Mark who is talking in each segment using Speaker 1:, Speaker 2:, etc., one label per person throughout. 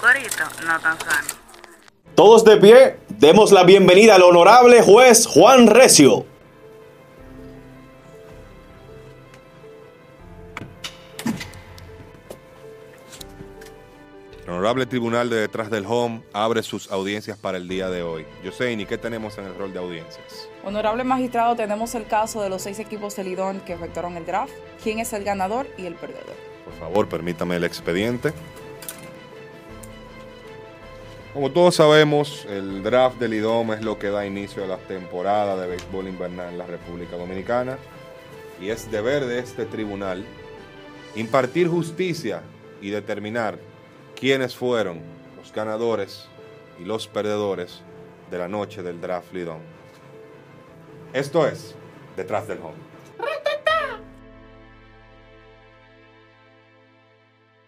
Speaker 1: corito no tan sano.
Speaker 2: Todos de pie, demos la bienvenida al honorable juez Juan Recio.
Speaker 3: El honorable tribunal de detrás del home abre sus audiencias para el día de hoy. Yoseini, ¿qué tenemos en el rol de audiencias?
Speaker 4: Honorable magistrado, tenemos el caso de los seis equipos del Lidón que efectuaron el draft, quién es el ganador y el perdedor.
Speaker 3: Por favor, permítame el expediente. Como todos sabemos, el draft del IDOM es lo que da inicio a la temporada de béisbol invernal en la República Dominicana y es deber de este tribunal impartir justicia y determinar quiénes fueron los ganadores y los perdedores de la noche del draft Lidón. Esto es Detrás del Home.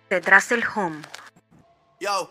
Speaker 1: Detrás del home.
Speaker 5: Yo,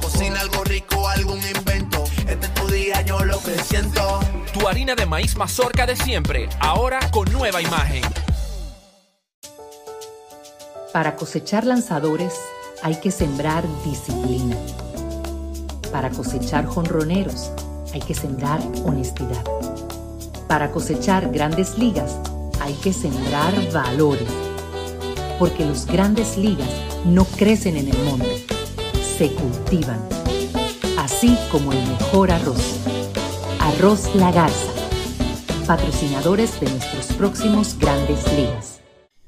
Speaker 5: Cocina algo rico, algún invento. Este es tu día, yo lo que siento.
Speaker 6: Tu harina de maíz mazorca de siempre, ahora con nueva imagen.
Speaker 7: Para cosechar lanzadores hay que sembrar disciplina. Para cosechar jonroneros hay que sembrar honestidad. Para cosechar grandes ligas hay que sembrar valores. Porque los grandes ligas no crecen en el monte, se cultivan. Así como el mejor arroz. Arroz La Garza. Patrocinadores de nuestros próximos grandes ligas.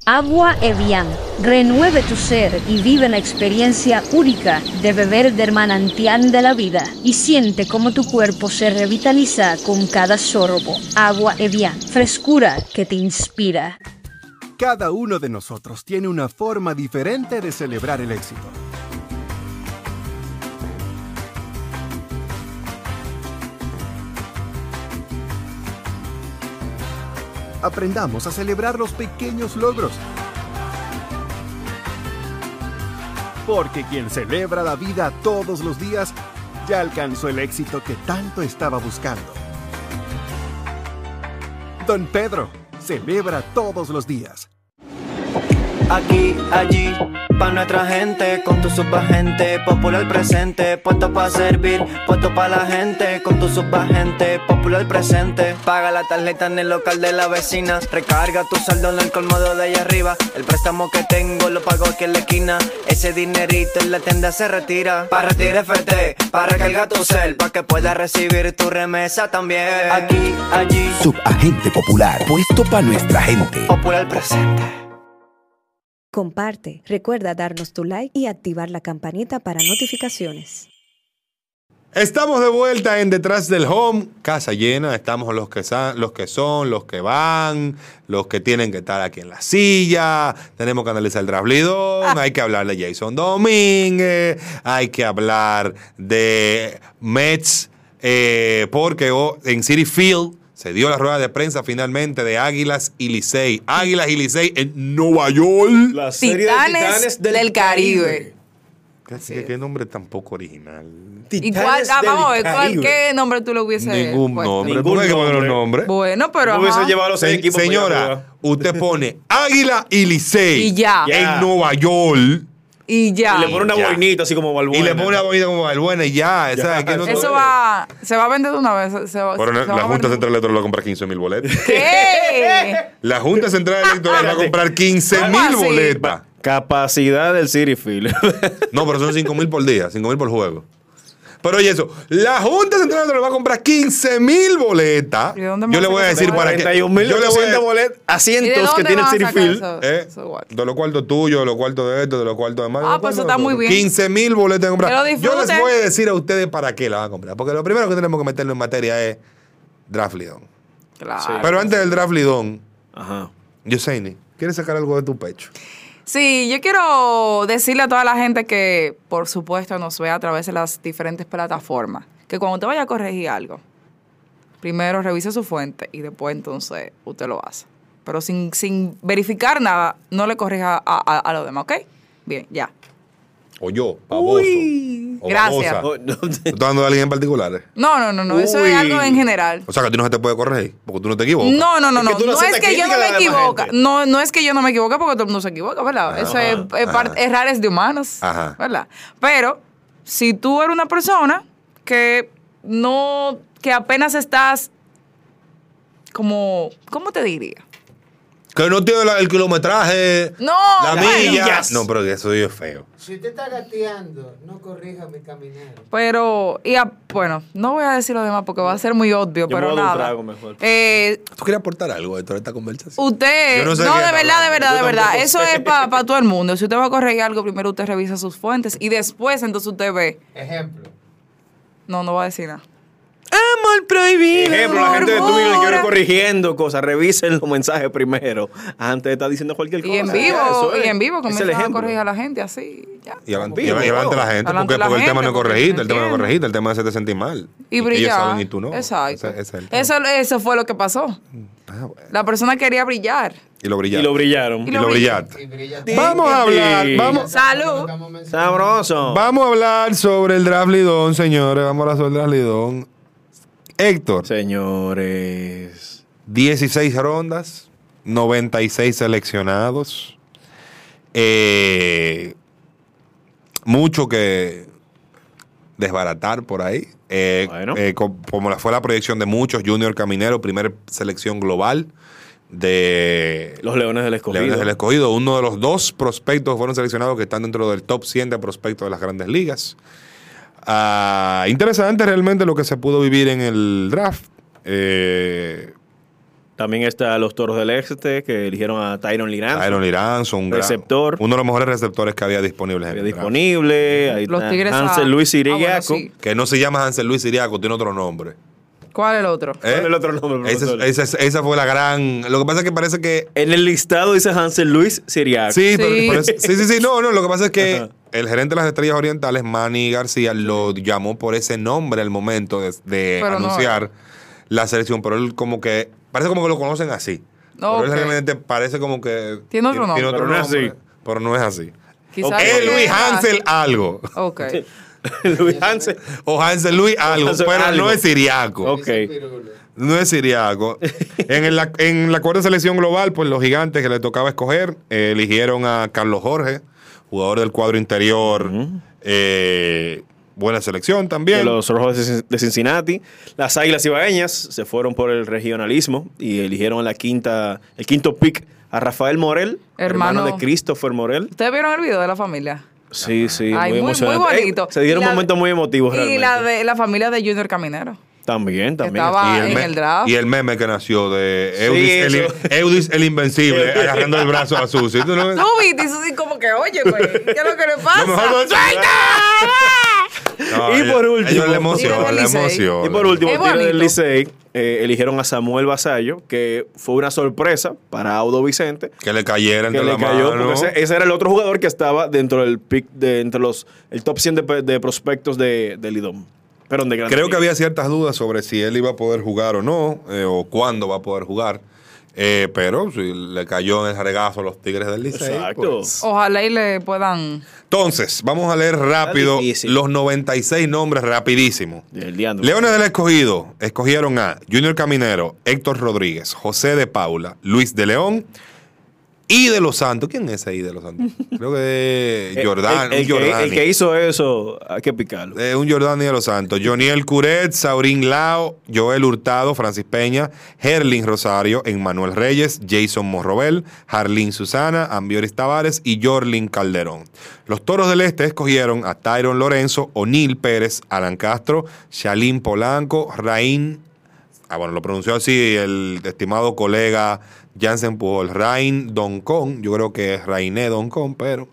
Speaker 8: Agua Evian. Renueve tu ser y vive la experiencia única de beber del manantial de la vida y siente cómo tu cuerpo se revitaliza con cada sorbo. Agua Evian. Frescura que te inspira.
Speaker 9: Cada uno de nosotros tiene una forma diferente de celebrar el éxito. Aprendamos a celebrar los pequeños logros. Porque quien celebra la vida todos los días ya alcanzó el éxito que tanto estaba buscando. Don Pedro, celebra todos los días.
Speaker 10: Aquí, allí, pa' nuestra gente, con tu subagente, popular presente, puesto pa' servir, puesto pa' la gente, con tu subagente, popular presente. Paga la tarjeta en el local de la vecina, recarga tu saldo en el colmado de allá arriba, el préstamo que tengo lo pago aquí en la esquina, ese dinerito en la tienda se retira. Pa' retirar FT, pa' recargar tu cel, pa' que puedas recibir tu remesa también. Aquí, allí,
Speaker 11: Subagente popular, puesto para nuestra gente.
Speaker 10: popular presente.
Speaker 12: Comparte, recuerda darnos tu like y activar la campanita para notificaciones.
Speaker 3: Estamos de vuelta en Detrás del Home, casa llena, estamos los que, sa- los que son, los que van, los que tienen que estar aquí en la silla, tenemos que analizar el Drablidón, hay que hablar de Jason Domínguez, hay que hablar de Mets, eh, porque oh, en City Field se dio la rueda de prensa finalmente de Águilas y Licey. Águilas y Licey en Nueva York.
Speaker 13: La serie de
Speaker 4: Titanes
Speaker 13: Titanes del,
Speaker 4: del Caribe.
Speaker 3: Qué, qué nombre tan poco original.
Speaker 4: ¿Y cuál, ah, vamos a ver, ¿cuál, ¿qué nombre tú le hubiese
Speaker 3: Ningún
Speaker 4: puesto?
Speaker 3: nombre.
Speaker 13: Ningún
Speaker 3: ¿Por qué poner un
Speaker 13: nombre.
Speaker 3: nombre?
Speaker 4: Bueno, pero
Speaker 13: No hubiese
Speaker 4: ajá.
Speaker 13: llevado a los seis
Speaker 3: Se-
Speaker 13: equipos.
Speaker 3: señora, usted pone Águila y Licey
Speaker 4: Y ya.
Speaker 3: en
Speaker 13: Ya.
Speaker 3: Nueva York
Speaker 4: Y ya.
Speaker 13: Y le pone una
Speaker 3: Ya.
Speaker 13: boinita así como balbuena.
Speaker 3: y le pone una boina como Balbuena y ya. o sea, que no-
Speaker 4: Eso va, se va a vender de una vez. se- Se va,
Speaker 3: Pero no,
Speaker 4: se va a
Speaker 3: la Junta
Speaker 4: vender.
Speaker 3: Central Electoral va a comprar 15 mil boletas.
Speaker 4: ¿Qué?
Speaker 3: La Junta Central Electoral va a comprar 15
Speaker 4: ¿Cómo
Speaker 3: mil
Speaker 4: así?
Speaker 3: boletas.
Speaker 13: Capacidad del City Field.
Speaker 3: No, pero son 5 mil por día, 5 mil por juego. Pero oye eso, la Junta Central Electoral va a comprar 15 mil boletas.
Speaker 4: ¿Y de dónde
Speaker 3: Yo
Speaker 4: más
Speaker 3: le
Speaker 4: se
Speaker 3: voy a
Speaker 4: consigue?
Speaker 3: decir para qué. Yo le voy a
Speaker 13: boletas,
Speaker 4: ¿Y de
Speaker 13: asientos
Speaker 4: dónde
Speaker 13: que tiene
Speaker 4: van
Speaker 13: el
Speaker 4: a
Speaker 13: City
Speaker 4: sacar
Speaker 13: Field.
Speaker 4: eso?
Speaker 3: Eh,
Speaker 4: Eso guay.
Speaker 3: de los cuartos tuyos, de los cuartos de esto, de los cuartos de más.
Speaker 4: Ah, pues eso está muy bien.
Speaker 3: 15 mil boletas de
Speaker 4: Que lo
Speaker 3: comprar. Yo les
Speaker 4: disfruten.
Speaker 3: voy a decir a ustedes para qué la van a comprar. Porque lo primero que tenemos que meterlo en materia es Draft Lidón.
Speaker 4: Claro.
Speaker 3: Pero antes del Draft Lidón,
Speaker 13: Ajá.
Speaker 3: Yoseini, ¿quieres sacar algo de tu pecho?
Speaker 4: Sí, yo quiero decirle a toda la gente que, por supuesto, nos ve a través de las diferentes plataformas, que cuando usted vaya a corregir algo, primero revise su fuente y después entonces usted lo hace. Pero sin, sin verificar nada, no le corrija a, a, a los demás, ¿ok? Bien, ya.
Speaker 3: O yo, baboso. o
Speaker 4: Gracias.
Speaker 3: babosa.
Speaker 13: Oh,
Speaker 3: ¿Estás dando a alguien en particular?
Speaker 4: No, no, no, no, eso
Speaker 3: Uy.
Speaker 4: es algo en general.
Speaker 3: O sea, que tú no se te puede corregir, porque tú no te equivocas.
Speaker 4: No, no, no, no.
Speaker 14: tú no
Speaker 4: No
Speaker 14: aceptas
Speaker 4: es que yo
Speaker 14: crítica
Speaker 4: no
Speaker 14: de
Speaker 4: me
Speaker 14: la demás
Speaker 4: equivoca. No, no es que yo no me equivoca porque todo el mundo se equivoca, ¿verdad?
Speaker 3: Ajá,
Speaker 4: Eso es, es par-
Speaker 3: ajá.
Speaker 4: errares de humanos,
Speaker 3: Ajá.
Speaker 4: ¿verdad? Pero si tú eres una persona que no, que apenas estás como, ¿cómo te diría?
Speaker 3: Que no tiene la- el kilometraje,
Speaker 4: No,
Speaker 3: la
Speaker 4: bueno.
Speaker 3: milla. No, pero que eso sí es feo.
Speaker 15: Si usted está gateando, no corrija mi caminero.
Speaker 4: Pero, y a- bueno, no voy a decir lo demás porque va a ser muy obvio,
Speaker 3: Yo me
Speaker 4: pero
Speaker 3: voy a dar un
Speaker 4: nada.
Speaker 3: trago mejor.
Speaker 4: Eh,
Speaker 3: ¿Tú quieres aportar algo de toda esta conversación?
Speaker 4: Usted,
Speaker 3: Yo
Speaker 4: no,
Speaker 3: no sé
Speaker 4: de
Speaker 3: de qué
Speaker 4: verdad,
Speaker 3: está
Speaker 4: de
Speaker 3: hablando.
Speaker 4: verdad,
Speaker 3: Yo
Speaker 4: de verdad.
Speaker 3: tampoco
Speaker 4: Eso
Speaker 3: sé.
Speaker 4: es para todo el mundo. Si usted va a corregir algo, primero usted revisa sus fuentes y después entonces usted ve.
Speaker 15: Ejemplo.
Speaker 4: No, no va a decir nada.
Speaker 13: Amor prohibido. Ejemplo, la gente de Twitter que
Speaker 4: Ahora.
Speaker 13: viene corrigiendo cosas, revisen los mensajes primero antes de estar diciendo cualquier cosa.
Speaker 4: Y en
Speaker 13: Ya,
Speaker 4: vivo,
Speaker 13: eso es.
Speaker 4: y en vivo
Speaker 13: Es el
Speaker 4: comienza a
Speaker 13: ejemplo.
Speaker 4: corregir a la gente así. ya.
Speaker 3: Y adelante, y adelante la gente,
Speaker 4: Adelante
Speaker 3: porque,
Speaker 4: la
Speaker 3: porque el tema no
Speaker 4: gente, porque
Speaker 3: es corregirte, el tema no es
Speaker 4: entiende.
Speaker 3: corregirte, el tema es hacerte sentir mal.
Speaker 4: Y
Speaker 3: que Ellos
Speaker 4: brillar.
Speaker 3: saben y tú no.
Speaker 4: Exacto.
Speaker 3: Ese- ese es el- Ah,
Speaker 4: Eso, eso fue lo que pasó. La persona quería brillar.
Speaker 3: Y lo brillaron.
Speaker 13: Y lo brillaron.
Speaker 3: Y lo brillaste.
Speaker 13: Vamos a hablar, vamos-
Speaker 4: Salud.
Speaker 13: Sabroso.
Speaker 3: Vamos a hablar sobre el draft Lidón, señores. Vamos a hablar sobre el draft Lidón. Héctor.
Speaker 13: Señores.
Speaker 3: 16 rondas, 96 seleccionados. Eh, mucho que desbaratar por ahí. Eh, eh, co- como la- fue la proyección de muchos, Junior Caminero, primera selección global de
Speaker 13: Los Leones del Escogido.
Speaker 3: Leones del Escogido, uno de los dos prospectos que fueron seleccionados que están dentro del top 100 de prospectos de las grandes ligas. Ah, interesante realmente lo que se pudo vivir en el draft. Eh,
Speaker 13: También está los Toros del Este que eligieron a Tyron Liran.
Speaker 3: Tyron Liranzo, un gran-
Speaker 13: Receptor.
Speaker 3: uno de los mejores receptores que había disponibles. en el draft.
Speaker 13: disponible. Ahí
Speaker 4: Los
Speaker 13: está
Speaker 4: Tigres a-
Speaker 13: Hansel Luis Iriaco.
Speaker 4: Ah, bueno, sí.
Speaker 3: Que no se llama Hansel Luis Siriaco, tiene otro nombre.
Speaker 4: ¿Cuál es el otro?
Speaker 3: ¿Eh?
Speaker 13: el otro nombre,
Speaker 3: Ese es-
Speaker 13: profesor?
Speaker 3: ese es- esa fue la gran. Lo que pasa es que parece que.
Speaker 13: En el listado dice Hansel Luis Siriaco.
Speaker 3: Sí, pero- pero es- sí, sí, sí, No, no, lo que pasa es que el gerente de las estrellas orientales, Manny García, lo llamó por ese nombre al momento de, de
Speaker 4: Pero no.
Speaker 3: anunciar la selección. Pero él, como que. Parece como que lo conocen así.
Speaker 4: No,
Speaker 3: Pero él
Speaker 4: ok.
Speaker 3: realmente parece como que.
Speaker 4: Tiene otro nombre.
Speaker 3: otro
Speaker 4: Pero no es
Speaker 3: nombre, Pero no es así.
Speaker 4: Quizás
Speaker 3: Ok.
Speaker 4: porque-
Speaker 3: Es Luis Hansel algo.
Speaker 4: Ok.
Speaker 13: Luis Hansel.
Speaker 3: O Hansel Luis algo,
Speaker 13: Hansel
Speaker 3: pero
Speaker 13: algo.
Speaker 3: no es siriaco.
Speaker 13: Ok.
Speaker 3: No es siriaco. en, el- en la cuarta selección global, pues los gigantes que le tocaba escoger, eh, eligieron a Carlos Jorge, jugador del cuadro interior. eh, buena selección también.
Speaker 13: de los Rojos de Cin- de Cincinnati. Las Águilas Ibaeñas se fueron por el regionalismo y eligieron la quinta, el quinto pick a Rafael Morel, hermano,
Speaker 4: Hermano.
Speaker 13: de Christopher Morel.
Speaker 4: ¿Ustedes vieron el video de la familia?
Speaker 13: Sí, sí,
Speaker 4: Ay, muy- muy
Speaker 13: muy emocionante. Eh,
Speaker 4: bonito.
Speaker 13: se dieron
Speaker 4: Y la-
Speaker 13: momentos muy emotivos
Speaker 4: Y
Speaker 13: realmente.
Speaker 4: la de la familia de Junior Caminero.
Speaker 13: También, también.
Speaker 4: estaba Ah, en el draft.
Speaker 3: Y el meme que nació de
Speaker 13: Sí,
Speaker 3: Eudis, el,
Speaker 13: eso.
Speaker 3: Eudis el Invencible, agarrando el brazo a Susi. ¿Tú no ves?
Speaker 4: Tú viste, y Susi como que, oye, güey, ¿qué es lo que le pasa?
Speaker 3: mejor no- No,
Speaker 13: y
Speaker 3: ellos-
Speaker 13: por último,
Speaker 3: ellos la emoción,
Speaker 13: Tigres del
Speaker 3: la
Speaker 13: Licey.
Speaker 3: emoción.
Speaker 13: Y por último,
Speaker 4: Es
Speaker 13: Tigres del
Speaker 4: bonito.
Speaker 13: Licey eh, eligieron a Samuel Basayo, que fue una sorpresa para Audo Vicente.
Speaker 3: Que le cayera
Speaker 13: que
Speaker 3: entre la
Speaker 13: le cayó,
Speaker 3: mano.
Speaker 13: porque ese, ese era el otro jugador que estaba dentro del pick de entre los el top 100 de, pe- de prospectos de, de Lidón. Perdón, de Grandes
Speaker 3: Creo que
Speaker 13: Ligas.
Speaker 3: había ciertas dudas sobre si él iba a poder jugar o no, eh, o cuándo va a poder jugar. Eh, pero si le cayó en el regazo a los Tigres del Liceo.
Speaker 13: Exacto.
Speaker 3: Pues.
Speaker 4: Ojalá y le puedan.
Speaker 3: Entonces, vamos a leer rápido los 96 nombres rapidísimo.
Speaker 13: El diándole.
Speaker 3: Leones del Escogido escogieron a Junior Caminero, Héctor Rodríguez, José de Paula, Luis de León y de los Santos. ¿Quién es ahí de los Santos? Creo que
Speaker 13: El-
Speaker 3: Jordán.
Speaker 13: Eh,
Speaker 3: un
Speaker 13: el, el que,
Speaker 3: Jordani.
Speaker 13: el que hizo eso, hay que picarlo.
Speaker 3: Eh, un Jordán de los Santos. Joniel Curet, Saurín Lao, Joel Hurtado, Francis Peña, Herlin Rosario, Emmanuel Reyes, Jason Morrobel, Harlín Susana, Ambioris Tavares y Jorlin Calderón. Los Toros del Este escogieron a Tyron Lorenzo, O'Neill Pérez, Alan Castro, Shalín Polanco, Raín Ah, bueno, lo pronunció así el estimado colega Jansen Pujol. Rain Doncón, yo creo que es Rainé Doncón, pero.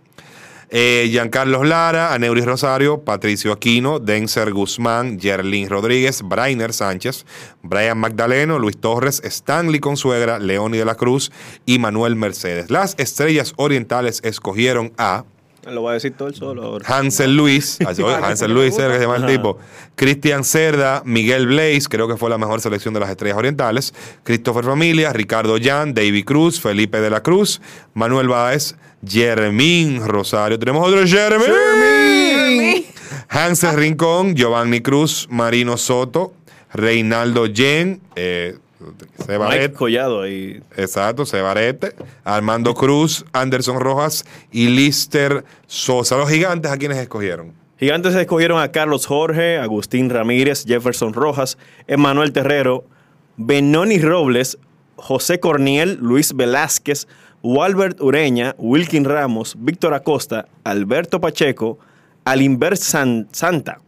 Speaker 3: Eh, Giancarlos Lara, Aneuris Rosario, Patricio Aquino, Denzer Guzmán, Gerlin Rodríguez, Brainer Sánchez, Brian Magdaleno, Luis Torres, Stanley Consuegra, Leoni de la Cruz y Manuel Mercedes. Las estrellas orientales escogieron a
Speaker 13: Lo va a decir todo el solo ahora.
Speaker 3: Hansel Luis, ay, oye, Hansel Luis, era que se llama el
Speaker 13: Ajá.
Speaker 3: tipo. Cristian Cerda, Miguel Blaze, creo que fue la mejor selección de las estrellas orientales. Christopher Familia, Ricardo Jan, David Cruz, Felipe de la Cruz, Manuel Báez, Jeremín Rosario. Tenemos otro Jeremín. Hansel Rincón, Giovanni Cruz, Marino Soto, Reinaldo Yen, eh, Sebaret.
Speaker 13: Mike Collado ahí.
Speaker 3: Exacto, Cebarete, Armando Cruz, Anderson Rojas y Lister Sosa. Los gigantes a quienes escogieron.
Speaker 13: Gigantes escogieron a Carlos Jorge, Agustín Ramírez, Jefferson Rojas, Emanuel Terrero, Benoni Robles, José Corniel, Luis Velázquez, Walbert Ureña, Wilkin Ramos, Víctor Acosta, Alberto Pacheco, Alimber San- Santa,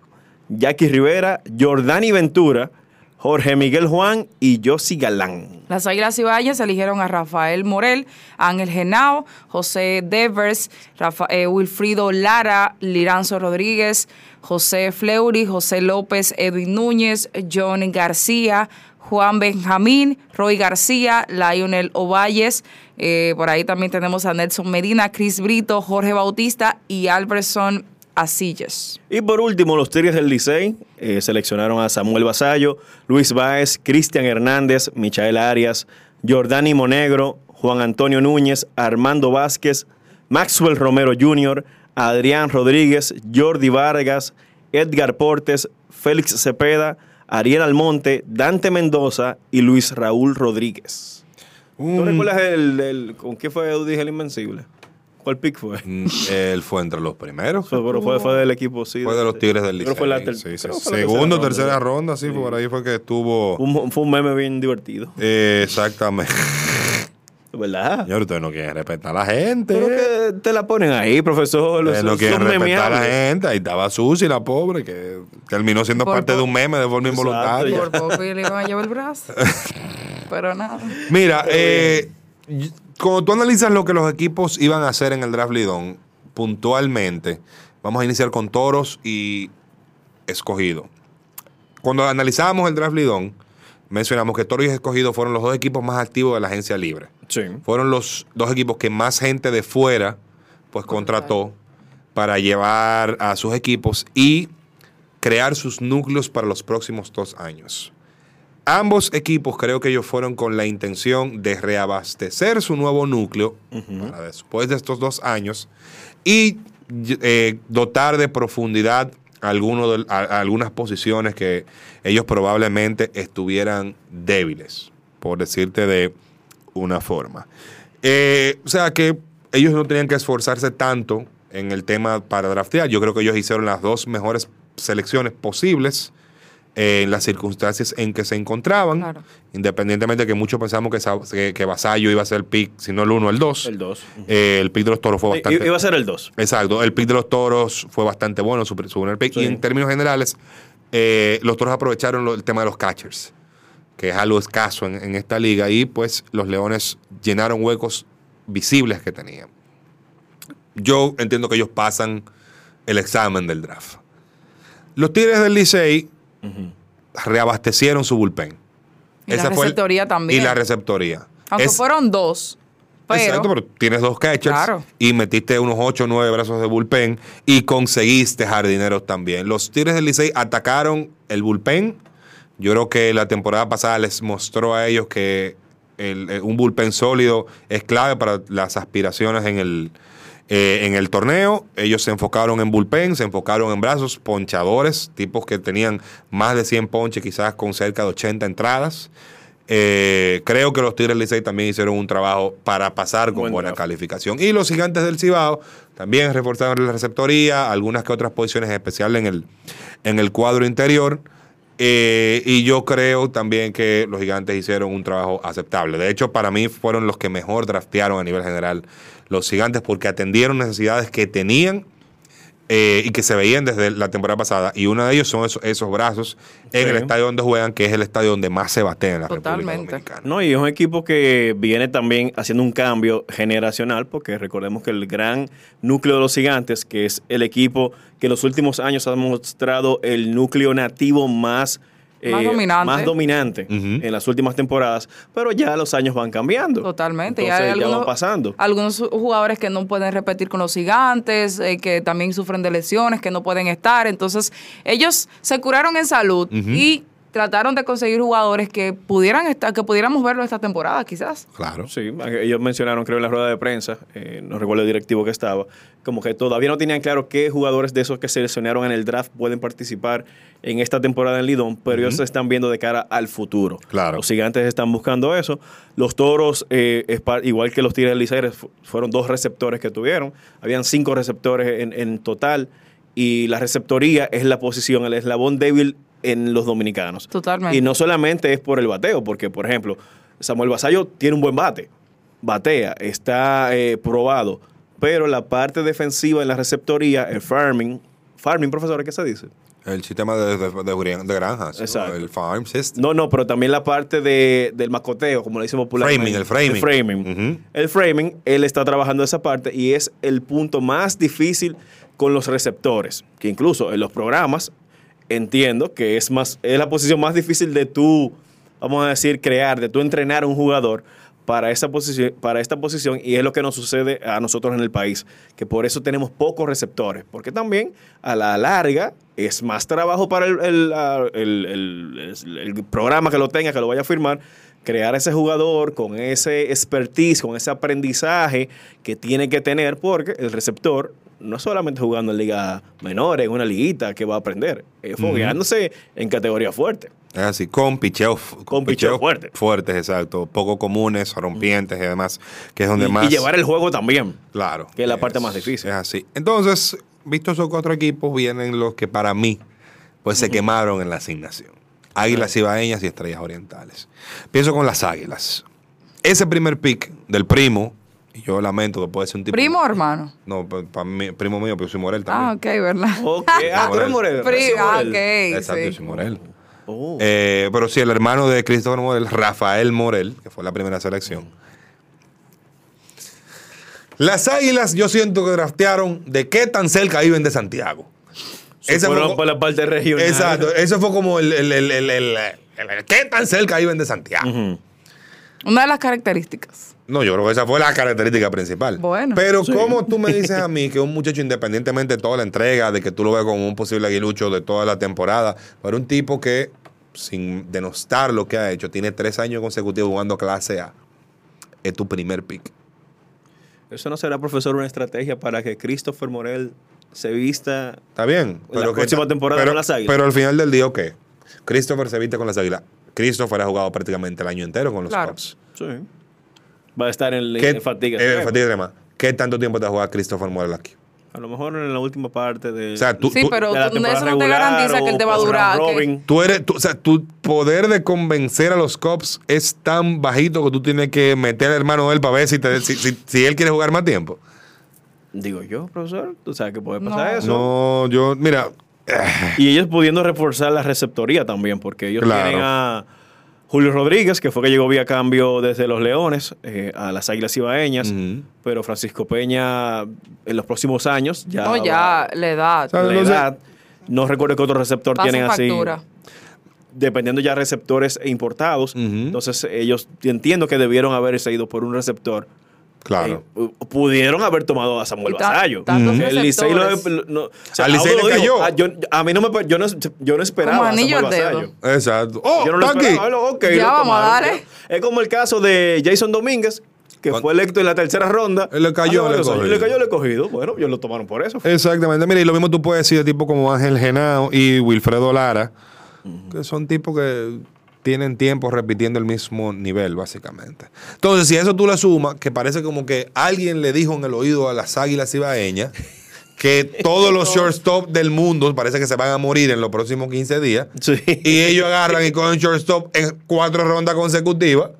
Speaker 13: Jackie Rivera, Jordani Ventura, Jorge Miguel Juan y Yossi Galán.
Speaker 4: Las Águilas Cibaeñas eligieron a Rafael Morel, Ángel Genao, José Devers, Rafa- eh, Wilfrido Lara, Liranzo Rodríguez, José Fleury, José López, Edwin Núñez, John García, Juan Benjamín, Roy García, Lionel Ovalles, eh, por ahí también tenemos a Nelson Medina, Chris Brito, Jorge Bautista y Alberson Asilles.
Speaker 13: Y por último, los Tigres del Licey eh, seleccionaron a Samuel Basayo, Luis Báez, Cristian Hernández, Michael Arias, Jordani Monegro, Juan Antonio Núñez, Armando Vázquez, Maxwell Romero Jr., Adrián Rodríguez, Jordi Vargas, Edgar Portes, Félix Cepeda, Ariel Almonte, Dante Mendoza y Luis Raúl Rodríguez.
Speaker 3: Mm,
Speaker 13: Mm. ¿Tú recuerdas el, el- con qué fue Eudis el Invencible? ¿Cuál pick fue?
Speaker 3: Él fue entre los primeros.
Speaker 13: Fue, pero fue- fue del equipo, sí.
Speaker 3: Fue de los Tigres del
Speaker 13: Creo que fue la
Speaker 3: Licey,
Speaker 13: ter-
Speaker 3: sí, sí.
Speaker 13: creo que fue la
Speaker 3: Segundo, tercera
Speaker 13: tercera
Speaker 3: ronda,
Speaker 13: ronda,
Speaker 3: sí,
Speaker 13: sí.
Speaker 3: por ahí fue que estuvo.
Speaker 13: Un- fue un meme bien divertido.
Speaker 3: Eh, exactamente.
Speaker 13: ¿Verdad?
Speaker 3: Señor, ustedes no quieren respetar a la gente.
Speaker 13: Pero que te la ponen ahí, profesor.
Speaker 3: Ustedes no
Speaker 13: son-
Speaker 3: quieren
Speaker 13: son
Speaker 3: respetar a la
Speaker 13: memeables.
Speaker 3: gente. Ahí estaba Susi, la pobre, que terminó siendo
Speaker 4: Por
Speaker 3: parte de un meme de forma
Speaker 13: Exacto,
Speaker 3: involuntaria.
Speaker 4: Por poco y le iban a llevar el brazo, pero nada.
Speaker 3: Mira, eh, y- cuando tú analizas lo que los equipos iban a hacer en el draft Lidón, puntualmente, vamos a iniciar con toros y escogido. Cuando analizábamos el draft Lidón, mencionamos que toros y escogido fueron los dos equipos más activos de la agencia libre. Fueron los dos equipos que más gente de fuera pues contrató para llevar a sus equipos y crear sus núcleos para los próximos dos años. Ambos equipos creo que ellos fueron con la intención de reabastecer su nuevo núcleo para después de estos dos años y y- eh, dotar de profundidad alguno del- a- a algunas posiciones que ellos probablemente estuvieran débiles, por decirte de una forma. Eh, o sea que ellos no tenían que esforzarse tanto en el tema para draftear. Yo creo que ellos hicieron las dos mejores selecciones posibles eh, en las circunstancias en que se encontraban. Independientemente de que muchos pensamos que, Sa- que, que Basayo iba a ser el pick, si no el 1, el 2.
Speaker 13: El 2.
Speaker 3: el pick de los toros fue
Speaker 13: I-
Speaker 3: bastante.
Speaker 13: Iba a ser el 2.
Speaker 3: Exacto, el pick de los toros fue bastante bueno, su, su primer pick. Y en términos generales, eh, los toros aprovecharon lo- el tema de los catchers, que es algo escaso en, en esta liga. Y pues los leones llenaron huecos visibles que tenían. Yo entiendo que ellos pasan el examen del draft. Los Tigres del Licey reabastecieron su bullpen.
Speaker 4: Y la
Speaker 3: Esa fue el-
Speaker 4: receptoría también.
Speaker 3: Y la receptoría.
Speaker 4: Aunque
Speaker 3: Es-
Speaker 4: fueron dos, pero...
Speaker 3: Exacto, pero tienes dos catchers
Speaker 4: Claro.
Speaker 3: y metiste unos 8 o 9 brazos de bullpen y conseguiste jardineros también. Los Tigres del Licey atacaron el bullpen. Yo creo que la temporada pasada les mostró a ellos que el- eh, un bullpen sólido es clave para las aspiraciones en el, eh, en el torneo. Ellos se enfocaron en bullpen, se enfocaron en brazos, ponchadores, tipos que tenían más de 100 ponches, quizás con cerca de 80 entradas. Eh, creo que los Tigres Licey también hicieron un trabajo para pasar con buena calificación. Y los gigantes del Cibao también reforzaron la receptoría, algunas que otras posiciones especiales en el, en el cuadro interior. Eh, y yo creo también que los gigantes hicieron un trabajo aceptable. De hecho, para mí fueron los que mejor draftearon a nivel general los gigantes porque atendieron necesidades que tenían eh, y que se veían desde la temporada pasada. Y uno de ellos son esos, esos brazos en
Speaker 13: Sí.
Speaker 3: el estadio donde juegan, que es el estadio donde más se batea en la República
Speaker 13: Totalmente. No, y es un equipo que viene también haciendo un cambio generacional, porque recordemos que el gran núcleo de los gigantes, que es el equipo que en los últimos años ha mostrado el núcleo nativo más, eh,
Speaker 4: Más dominante.
Speaker 13: más dominante en las últimas temporadas, pero ya los años van cambiando.
Speaker 4: Totalmente.
Speaker 13: Entonces
Speaker 4: ya hay
Speaker 13: ya,
Speaker 4: algunos,
Speaker 13: va pasando.
Speaker 4: algunos jugadores que no pueden repetir con los gigantes, eh, que también sufren de lesiones, que no pueden estar. Entonces, ellos se curaron en salud
Speaker 3: Ujú.
Speaker 4: y trataron de conseguir jugadores que pudieran estar, que pudiéramos verlo esta temporada, quizás.
Speaker 3: Claro.
Speaker 13: Sí, ellos mencionaron, creo, en la rueda de prensa, eh, no recuerdo el directivo que estaba, como que todavía no tenían claro qué jugadores de esos que seleccionaron en el draft pueden participar en esta temporada en Lidón, pero ellos se están viendo de cara al futuro. Claro. Los gigantes están buscando eso. Los toros, eh, es par- igual que los Tigres del Licey, fu- fueron dos receptores que tuvieron. Habían cinco receptores en, en total. Y la receptoría es la posición, el eslabón débil en los dominicanos.
Speaker 4: Totalmente.
Speaker 13: Y no solamente es por el bateo, porque, por ejemplo, Samuel Basayo tiene un buen bate, batea, está eh, probado, pero la parte defensiva en la receptoría, el farming, farming, profesor, ¿qué se dice?
Speaker 3: El sistema de, de- de gran- de granjas. ¿no? El farm system.
Speaker 13: No, no, pero también la parte de- del macoteo, como le dicen popularmente.
Speaker 3: Framing, el framing.
Speaker 13: El framing. El framing, él está trabajando esa parte y es el punto más difícil con los receptores, que incluso en los programas entiendo que es, más, es la posición más difícil de tú, vamos a decir, crear, de tú entrenar a un jugador para, esa posición, para esta posición y es lo que nos sucede a nosotros en el país, que por eso tenemos pocos receptores, porque también a la larga es más trabajo para el, el- la- el- el- el programa que lo tenga, que lo vaya a firmar, crear ese jugador con ese expertise, con ese aprendizaje que tiene que tener, porque el receptor no es solamente jugando en liga menores, en una liguita que va a aprender, es
Speaker 3: Ujú.
Speaker 13: fogueándose en categoría fuerte.
Speaker 3: Es así, con picheos con
Speaker 13: picheo
Speaker 3: picheos fuertes, exacto. Poco comunes, rompientes y demás, que es donde
Speaker 13: Y- y
Speaker 3: más...
Speaker 13: llevar el juego también.
Speaker 3: Claro.
Speaker 13: Que es la parte
Speaker 3: Es-
Speaker 13: más difícil.
Speaker 3: Es así. Entonces, vistos esos cuatro equipos, vienen los que para mí, pues se quemaron en la asignación. Águilas Ibaeñas y Estrellas Orientales. Pienso con las Águilas. Ese primer pick del primo, y yo lamento que puede ser un tipo...
Speaker 4: Primo
Speaker 13: pues.
Speaker 4: o hermano.
Speaker 3: No, pa- pa- mi- primo mío, pero yo soy Morel también.
Speaker 4: Ah, ok, ¿verdad?
Speaker 13: ah, tú eres Morel.
Speaker 4: Pri- ah, ok,
Speaker 3: Exacto, yo
Speaker 4: sí.
Speaker 3: soy Morel.
Speaker 13: Oh,
Speaker 3: Eh, pero sí, el hermano de Cristóbal Morel, Rafael Morel, que fue la primera selección. Las águilas, yo siento que draftearon de qué tan cerca viven de Santiago.
Speaker 13: Se
Speaker 3: Esa fue
Speaker 13: fueron
Speaker 3: co-
Speaker 13: por la parte regional.
Speaker 3: Exacto, eso fue como el, el- el- el- el- el- el- qué tan cerca viven de Santiago.
Speaker 4: Una de las características.
Speaker 3: No, yo creo que esa fue la característica principal.
Speaker 4: Bueno.
Speaker 3: Pero
Speaker 4: Sí.
Speaker 3: ¿cómo tú me dices a mí que un muchacho, independientemente de toda la entrega, de que tú lo veas como un posible aguilucho de toda la temporada, pero un tipo que, sin denostar lo que ha hecho, tiene tres años consecutivos jugando clase A, es tu primer pick?
Speaker 13: Eso no será, profesor, una estrategia para que Christopher Morel se vista
Speaker 3: Está bien.
Speaker 13: La próxima
Speaker 3: ta-
Speaker 13: temporada
Speaker 3: pero-
Speaker 13: con las Águilas.
Speaker 3: Pero al final del día, ¿qué? Christopher se viste con las águilas. Christopher ha jugado prácticamente el año entero con los
Speaker 13: Claro.
Speaker 3: Cubs.
Speaker 13: Sí. Va a estar en, la-
Speaker 3: ¿Qué-
Speaker 13: en fatiga.
Speaker 3: eh, fatiga extrema. ¿Qué tanto tiempo te ha jugado Christopher Morel aquí?
Speaker 13: A lo mejor en la última parte de.
Speaker 3: O sea, tú-
Speaker 4: Sí, tú- pero
Speaker 13: de la
Speaker 4: tú- no, eso
Speaker 13: temporada
Speaker 4: no te garantiza
Speaker 13: regular
Speaker 4: que él te
Speaker 13: o
Speaker 4: va a
Speaker 13: por round
Speaker 4: durar, que-
Speaker 13: robin.
Speaker 3: Tú eres, tú- o sea, tu poder de convencer a los cops es tan bajito que tú tienes que meter al hermano de él para ver si, te- si, si- si él quiere jugar más tiempo.
Speaker 13: Digo yo, profesor. Tú sabes que puede pasar eso.
Speaker 3: No, yo, mira,
Speaker 13: Y ellos pudiendo reforzar la receptoría también, porque ellos
Speaker 3: Claro.
Speaker 13: tienen a Julio Rodríguez, que fue que llegó vía cambio desde los Leones eh, a las Águilas Ibaeñas, pero Francisco Peña en los próximos años ya.
Speaker 4: no,
Speaker 13: va-
Speaker 4: ya, la edad.
Speaker 13: la edad, no recuerdo qué otro receptor
Speaker 4: Pasa
Speaker 13: tienen así.
Speaker 4: factura.
Speaker 13: dependiendo ya receptores e importados. Entonces ellos entiendo que debieron haberse ido por un receptor.
Speaker 3: Claro.
Speaker 13: Eh, pu- pudieron haber tomado a Samuel
Speaker 3: Y ta-
Speaker 13: Basayo.
Speaker 3: tantos
Speaker 13: El Licey lo-
Speaker 3: receptores.
Speaker 13: no- o sea,
Speaker 3: Al Licey
Speaker 13: Audo
Speaker 3: le
Speaker 13: lo dijo,
Speaker 3: cayó.
Speaker 13: "Ah, yo- a mí no me pa- yo no, yo no esperaba
Speaker 4: Como
Speaker 13: a
Speaker 4: anillo
Speaker 13: Samuel
Speaker 4: al dedo.
Speaker 13: Basayo.
Speaker 3: exacto. ¡Oh,
Speaker 13: Yo no lo
Speaker 3: está aquí!
Speaker 13: esperaba. ¿eh? Bueno, ok,
Speaker 4: Ya
Speaker 13: lo
Speaker 4: vamos
Speaker 13: tomaron.
Speaker 4: a darle.
Speaker 13: Es como el caso de Jason Domínguez, que fue electo en la tercera ronda.
Speaker 3: Él le cayó,
Speaker 13: Ah,
Speaker 3: le
Speaker 13: no, o sea,
Speaker 3: cogió. Eh,
Speaker 13: le cayó, le cogido. Bueno, ellos lo tomaron por eso.
Speaker 3: Exactamente. Mira, y lo mismo tú puedes decir de tipo como Ángel Genao y Wilfredo Lara, que son tipos que tienen tiempo repitiendo el mismo nivel, básicamente. Entonces, si a eso tú le sumas, que parece como que alguien le dijo en el oído a las águilas ibaeñas que todos los shortstop del mundo parece que se van a morir en los próximos 15 días. Y ellos agarran y cogen shortstop en cuatro rondas consecutivas.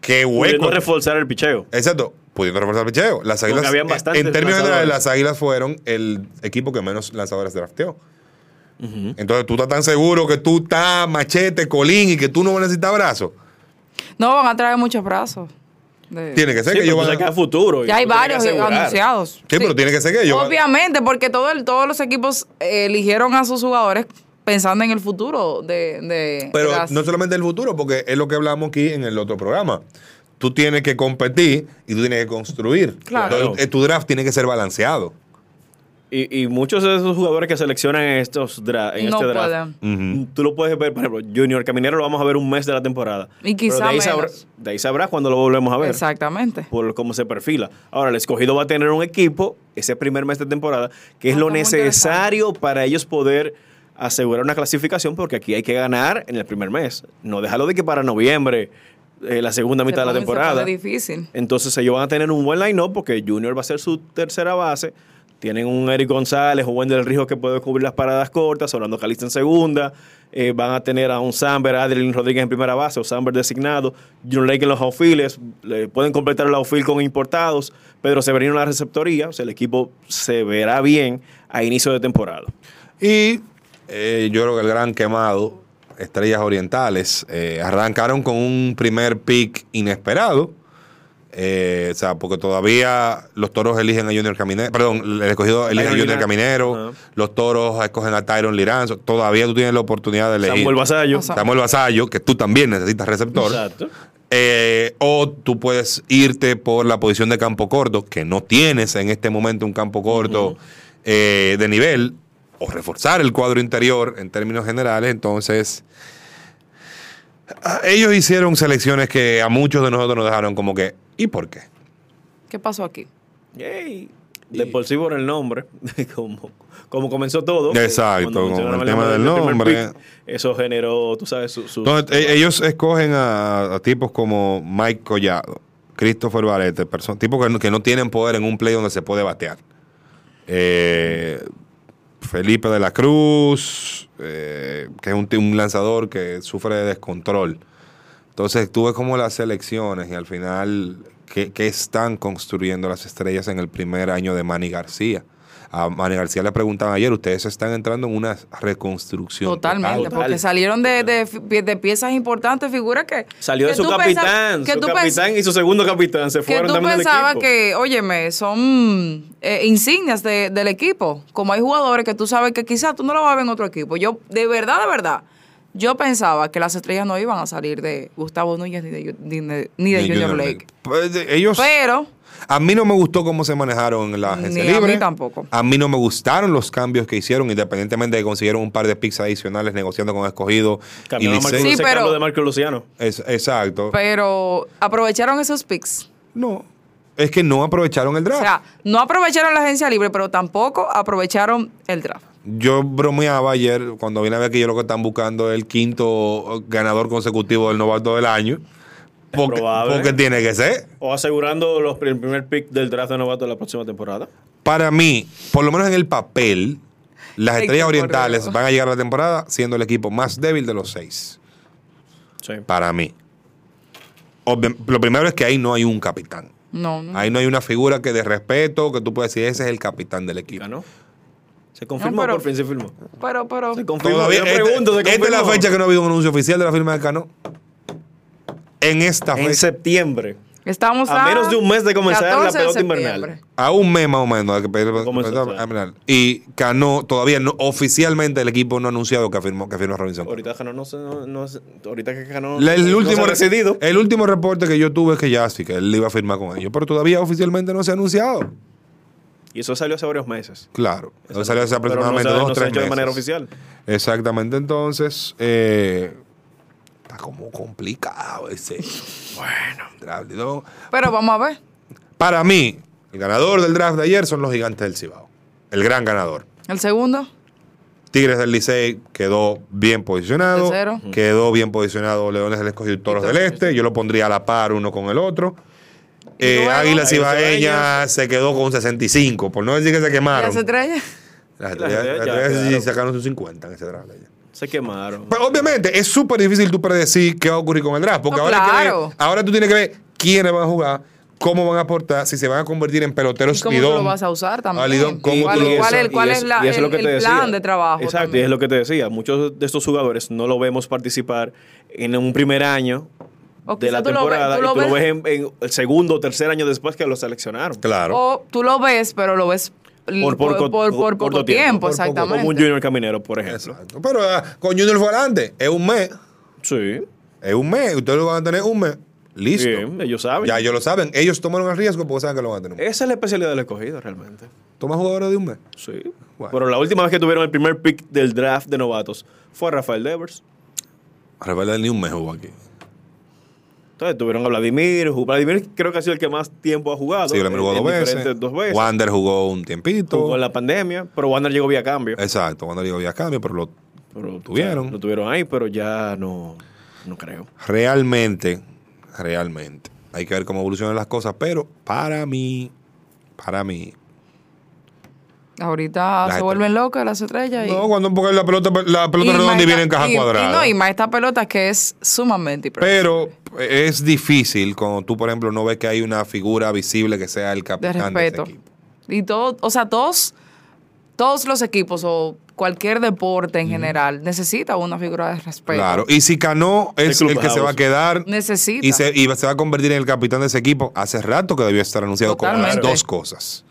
Speaker 3: Qué
Speaker 13: Pudiendo
Speaker 3: hueco.
Speaker 13: reforzar el picheo.
Speaker 3: Exacto. pudiendo reforzar el picheo. Las águilas,
Speaker 13: habían
Speaker 3: en-
Speaker 13: bastantes
Speaker 3: en términos generales,
Speaker 13: lanzadores.
Speaker 3: las águilas fueron el equipo que menos lanzadores drafteó. Entonces tú estás tan seguro que tú estás machete, colín y que tú no vas a necesitar brazos.
Speaker 4: No van a traer muchos brazos. De-
Speaker 3: Tiene que ser
Speaker 13: Sí,
Speaker 3: que ellos
Speaker 13: pues, pero tú
Speaker 3: van
Speaker 13: sacas a futuro.
Speaker 4: Ya hay varios anunciados.
Speaker 3: Sí, pero tiene que ser que ellos van-
Speaker 4: Obviamente, porque todo el- todos los equipos eh, eligieron a sus jugadores pensando en el futuro de, de-
Speaker 3: Pero
Speaker 4: de las-
Speaker 3: no solamente el futuro, porque es lo que hablamos aquí en el otro programa. Tú tienes que competir y tú tienes que construir.
Speaker 13: Claro.
Speaker 3: Entonces, eh, tu draft tiene que ser balanceado.
Speaker 13: Y, y muchos de esos jugadores que seleccionan en, estos dra- en
Speaker 4: No
Speaker 13: este draft,
Speaker 4: pueden.
Speaker 13: tú lo puedes ver, por ejemplo, Junior Caminero lo vamos a ver un mes de la temporada.
Speaker 4: Y
Speaker 13: Pero
Speaker 4: quizá
Speaker 13: de, ahí sabrá-
Speaker 4: menos.
Speaker 13: de ahí sabrás cuando lo volvemos a ver.
Speaker 4: Exactamente.
Speaker 13: Por cómo se perfila. Ahora, el escogido va a tener un equipo ese primer mes de temporada que es
Speaker 4: Ah,
Speaker 13: lo
Speaker 4: está muy interesante.
Speaker 13: necesario para ellos poder asegurar una clasificación porque aquí hay que ganar en el primer mes. No dejarlo de que para noviembre, eh, la segunda mitad de la
Speaker 4: se pone- se pone
Speaker 13: temporada.
Speaker 4: difícil.
Speaker 13: Entonces ellos van a tener un buen line-up porque Junior va a ser su tercera base. Tienen un Eric González, un Wendell Rijo que puede cubrir las paradas cortas, Orlando Calista en segunda. Eh, van a tener a un Samber, Adrian Rodríguez en primera base, o Samber designado. Junior Lake en los outfields. Le pueden completar el outfield con importados. Pedro Severino en la receptoría. O sea, el equipo se verá bien a inicio de temporada.
Speaker 3: Y eh, yo creo que el gran quemado, Estrellas Orientales, eh, arrancaron con un primer pick inesperado. Eh, o sea, porque todavía los toros eligen a Junior Caminero, perdón, el escogido elige a
Speaker 13: Tyron
Speaker 3: Junior
Speaker 13: Lirán.
Speaker 3: Caminero,
Speaker 13: Ajá.
Speaker 3: los toros escogen a Tyron Liranzo, todavía tú tienes la oportunidad de elegir.
Speaker 13: Samuel Vasallo.
Speaker 3: Samuel Vasallo, que tú también necesitas receptor.
Speaker 13: Exacto.
Speaker 3: Eh, o tú puedes irte por la posición de campo corto, que no tienes en este momento un campo corto eh, de nivel, o reforzar el cuadro interior en términos generales. Entonces, ah, ellos hicieron selecciones que a muchos de nosotros nos dejaron como que, ¿y por qué?
Speaker 4: ¿Qué pasó aquí?
Speaker 13: Yay. De por sí por el nombre, como, como comenzó todo. que
Speaker 3: Exacto,
Speaker 13: cuando
Speaker 3: con
Speaker 13: mencionaron
Speaker 3: el tema del
Speaker 13: primer
Speaker 3: nombre.
Speaker 13: pick, eso generó, tú sabes, su... su-
Speaker 3: Entonces, e- ellos escogen a, a tipos como Mike Collado, Christopher Valete, perso- tipos que no, que no tienen poder en un play donde se puede batear. Eh, Felipe de la Cruz, eh, que es un, ti- un lanzador que sufre de descontrol. Entonces, tú ves como las selecciones y al final, ¿qué, qué están construyendo las estrellas en el primer año de Manny García? A Manny García le preguntaban ayer, ustedes están entrando en una reconstrucción. total.
Speaker 4: Totalmente, porque salieron de, de fi- de piezas importantes, figuras que...
Speaker 13: Salió de
Speaker 4: que
Speaker 13: su
Speaker 4: tú
Speaker 13: capitán,
Speaker 4: pensabas- que
Speaker 13: su
Speaker 4: tú pens-
Speaker 13: capitán y su segundo capitán se
Speaker 4: Que
Speaker 13: fueron
Speaker 4: tú
Speaker 13: también del
Speaker 4: pensabas
Speaker 13: equipo.
Speaker 4: que, óyeme, son eh, insignias de- del equipo. Como hay jugadores que tú sabes que quizás tú no lo vas a ver en otro equipo. Yo, de verdad, de verdad, yo pensaba que las estrellas no iban a salir de Gustavo Núñez ni de, Ju- ni de- ni de
Speaker 3: Ni
Speaker 4: Junior
Speaker 3: Junior
Speaker 4: Lake.
Speaker 3: Pues, eh, ellos,
Speaker 4: Pero,
Speaker 3: a mí no me gustó cómo se manejaron en la agencia
Speaker 4: ni a
Speaker 3: libre.
Speaker 4: mí tampoco.
Speaker 3: A mí no me gustaron los cambios que hicieron, independientemente de que consiguieron un par de picks adicionales negociando con escogido. Y
Speaker 13: Cambiaron a Marco
Speaker 3: Licey.
Speaker 13: Luciano,
Speaker 4: pero-
Speaker 13: cambio de Marco Luciano.
Speaker 3: Es- exacto.
Speaker 4: Pero, ¿aprovecharon esos picks?
Speaker 3: No. Es que no aprovecharon el
Speaker 4: O
Speaker 3: draft.
Speaker 4: sea, no aprovecharon la agencia libre, pero tampoco aprovecharon el draft.
Speaker 3: yo bromeaba ayer cuando vine a ver que yo lo que están buscando es el quinto ganador consecutivo del novato del año. Porque,
Speaker 13: probable.
Speaker 3: porque tiene que ser.
Speaker 13: O asegurando los, el primer pick del draft de novato de la próxima temporada.
Speaker 3: Para mí, por lo menos en el papel, las
Speaker 13: Ay,
Speaker 3: estrellas
Speaker 13: qué
Speaker 3: orientales
Speaker 13: horror.
Speaker 3: van a llegar a la temporada siendo el equipo más débil de los seis.
Speaker 13: Sí.
Speaker 3: Para mí. Obvia- lo primero es que ahí no hay un capitán.
Speaker 4: No, no.
Speaker 3: Ahí no hay una figura que de respeto, que tú puedes decir, ese es el capitán del equipo.
Speaker 13: Se confirmó,
Speaker 4: No, pero-
Speaker 13: por fin se firmó.
Speaker 4: Pero, pero...
Speaker 13: Se confirmó.
Speaker 3: Todavía,
Speaker 13: yo
Speaker 3: este-
Speaker 13: pregunto, se
Speaker 3: esta
Speaker 13: confirmó.
Speaker 3: es la fecha que no ha habido un anuncio oficial de la firma de Cano. En esta
Speaker 13: En
Speaker 3: fecha.
Speaker 13: septiembre.
Speaker 4: Estamos
Speaker 13: A menos de un mes de comenzar la
Speaker 4: 14 de
Speaker 13: pelota
Speaker 4: septiembre.
Speaker 13: invernal.
Speaker 3: A un mes más o menos. de que pe-
Speaker 13: comenzó,
Speaker 3: pe-
Speaker 13: o sea.
Speaker 3: a mirar. Y Cano, todavía no, oficialmente el equipo no ha anunciado que firmó, que firmó a Robinson.
Speaker 13: Ahorita Cano no se. No, no se- ahorita que Cano.
Speaker 3: La- el,
Speaker 13: no
Speaker 3: último,
Speaker 13: se ha decidido.
Speaker 3: el último reporte que yo tuve es que ya sí, que él iba a firmar con ellos. Pero todavía oficialmente no se ha anunciado.
Speaker 13: Y eso salió hace varios meses.
Speaker 3: Claro. Eso salió hace
Speaker 13: Pero no
Speaker 3: aproximadamente
Speaker 13: se, ha-
Speaker 3: dos
Speaker 13: no
Speaker 3: o
Speaker 13: se ha
Speaker 3: tres
Speaker 13: hecho de
Speaker 3: meses.
Speaker 13: manera oficial.
Speaker 3: Exactamente. Entonces, eh, está como complicado ese. bueno, draft de dos.
Speaker 4: Pero vamos a ver.
Speaker 3: Para mí, el ganador del draft de ayer son los gigantes del Cibao. El gran ganador.
Speaker 4: El segundo,
Speaker 3: Tigres del Licey quedó bien posicionado.
Speaker 4: Tercero.
Speaker 3: Quedó bien posicionado Leones del Escogido y Toros del Este. Yo lo pondría a la par uno con el otro. Eh,
Speaker 4: luego?
Speaker 3: Águilas
Speaker 13: Águilas
Speaker 3: Ibaeña se quedó con 65, por no decir que se
Speaker 4: las
Speaker 3: quemaron.
Speaker 4: estrellas.
Speaker 3: Las
Speaker 13: Las
Speaker 3: estrellas- las
Speaker 13: estrellas ya
Speaker 3: estrellas sí
Speaker 13: quedaron.
Speaker 3: sacaron sus 50 en ese draft. de ayer.
Speaker 13: Se quemaron.
Speaker 3: Pero Pues, obviamente es súper difícil tú predecir qué va a ocurrir con el draft, porque
Speaker 4: No,
Speaker 3: ahora, hay que ver-
Speaker 4: claro.
Speaker 3: ahora tú tienes que ver quiénes van a jugar, cómo van a aportar, si se van a convertir en peloteros
Speaker 4: ¿Y cómo tú
Speaker 3: Lidón.
Speaker 4: lo vas a usar también?
Speaker 3: Ah, Lidón, ¿cómo
Speaker 4: ¿Cuál,
Speaker 3: tú lo
Speaker 4: cuál
Speaker 3: usas?
Speaker 4: es, cuál
Speaker 13: Y
Speaker 4: es
Speaker 13: es-
Speaker 4: la-
Speaker 13: y es
Speaker 4: el,
Speaker 13: lo que
Speaker 4: el
Speaker 13: te decía.
Speaker 4: plan de trabajo?
Speaker 13: Exacto, y
Speaker 4: también?
Speaker 13: es lo que te decía. Muchos de estos jugadores no lo vemos participar en un primer año
Speaker 4: O
Speaker 13: de
Speaker 4: quizá
Speaker 13: la
Speaker 4: tú lo ves-
Speaker 13: temporada
Speaker 4: tú lo
Speaker 13: y tú lo
Speaker 4: ves-
Speaker 13: ves en, en el segundo o tercer año después que lo seleccionaron.
Speaker 3: Claro.
Speaker 4: O tú lo ves, pero lo ves l-
Speaker 13: por, por-
Speaker 4: Mm, por- por
Speaker 13: corto
Speaker 4: poco tiempo,
Speaker 13: Por poco-
Speaker 4: exactamente.
Speaker 13: Como un junior caminero, por ejemplo.
Speaker 3: Pero ah, con Junior Volante es un mes.
Speaker 13: Sí.
Speaker 3: Es un mes. Ustedes lo van a tener un mes. Listo.
Speaker 13: Bien, ellos saben.
Speaker 3: Ya ellos lo saben. Ellos tomaron el riesgo porque saben que lo van a tener.
Speaker 13: Esa es la especialidad del escogido, realmente.
Speaker 3: Toma jugadores de un mes.
Speaker 13: Sí. Pero la última vez que tuvieron el primer pick del draft de novatos fue a Rafael Devers.
Speaker 3: Rafael ni un mes jugó aquí.
Speaker 13: Entonces tuvieron a Vladimir. Ju- Vladimir creo que ha sido el que más tiempo ha jugado.
Speaker 3: Sí, Vladimir jugó
Speaker 13: en-
Speaker 3: dos
Speaker 13: en
Speaker 3: veces.
Speaker 13: diferentes eh, Dos veces.
Speaker 3: Wander jugó un tiempito.
Speaker 13: Jugó en la pandemia, pero Wander llegó vía cambio.
Speaker 3: Exacto, Wander llegó vía cambio, pero lo
Speaker 13: Pero, o
Speaker 3: Eh, tuvieron.
Speaker 13: sea, lo tuvieron ahí, pero ya no, no creo.
Speaker 3: Realmente, realmente. Hay que ver cómo evolucionan las cosas, pero para mí, para mí.
Speaker 4: Ahorita
Speaker 3: Las
Speaker 4: se vuelven locas las estrellas. Y,
Speaker 3: No, cuando porque la pelota, la pelota
Speaker 4: y
Speaker 3: redonda
Speaker 4: más
Speaker 3: y
Speaker 4: esta-
Speaker 3: viene en caja
Speaker 4: y-
Speaker 3: cuadrada.
Speaker 4: Y no, y más esta pelota que es sumamente
Speaker 3: pero es difícil cuando tú, por ejemplo, no ves que hay una figura visible que sea el
Speaker 4: de
Speaker 3: capitán de ese
Speaker 4: respeto.
Speaker 3: equipo.
Speaker 4: Y todo, o sea, todos, todos los equipos o cualquier deporte en general necesita una figura de respeto.
Speaker 3: Claro. Y si Cano es el,
Speaker 13: Clubhouse.
Speaker 3: que se va a quedar
Speaker 4: Necesita.
Speaker 3: y se, y se va a convertir en el capitán de ese equipo, hace rato que debió estar anunciado como las
Speaker 4: Totalmente.
Speaker 3: dos cosas.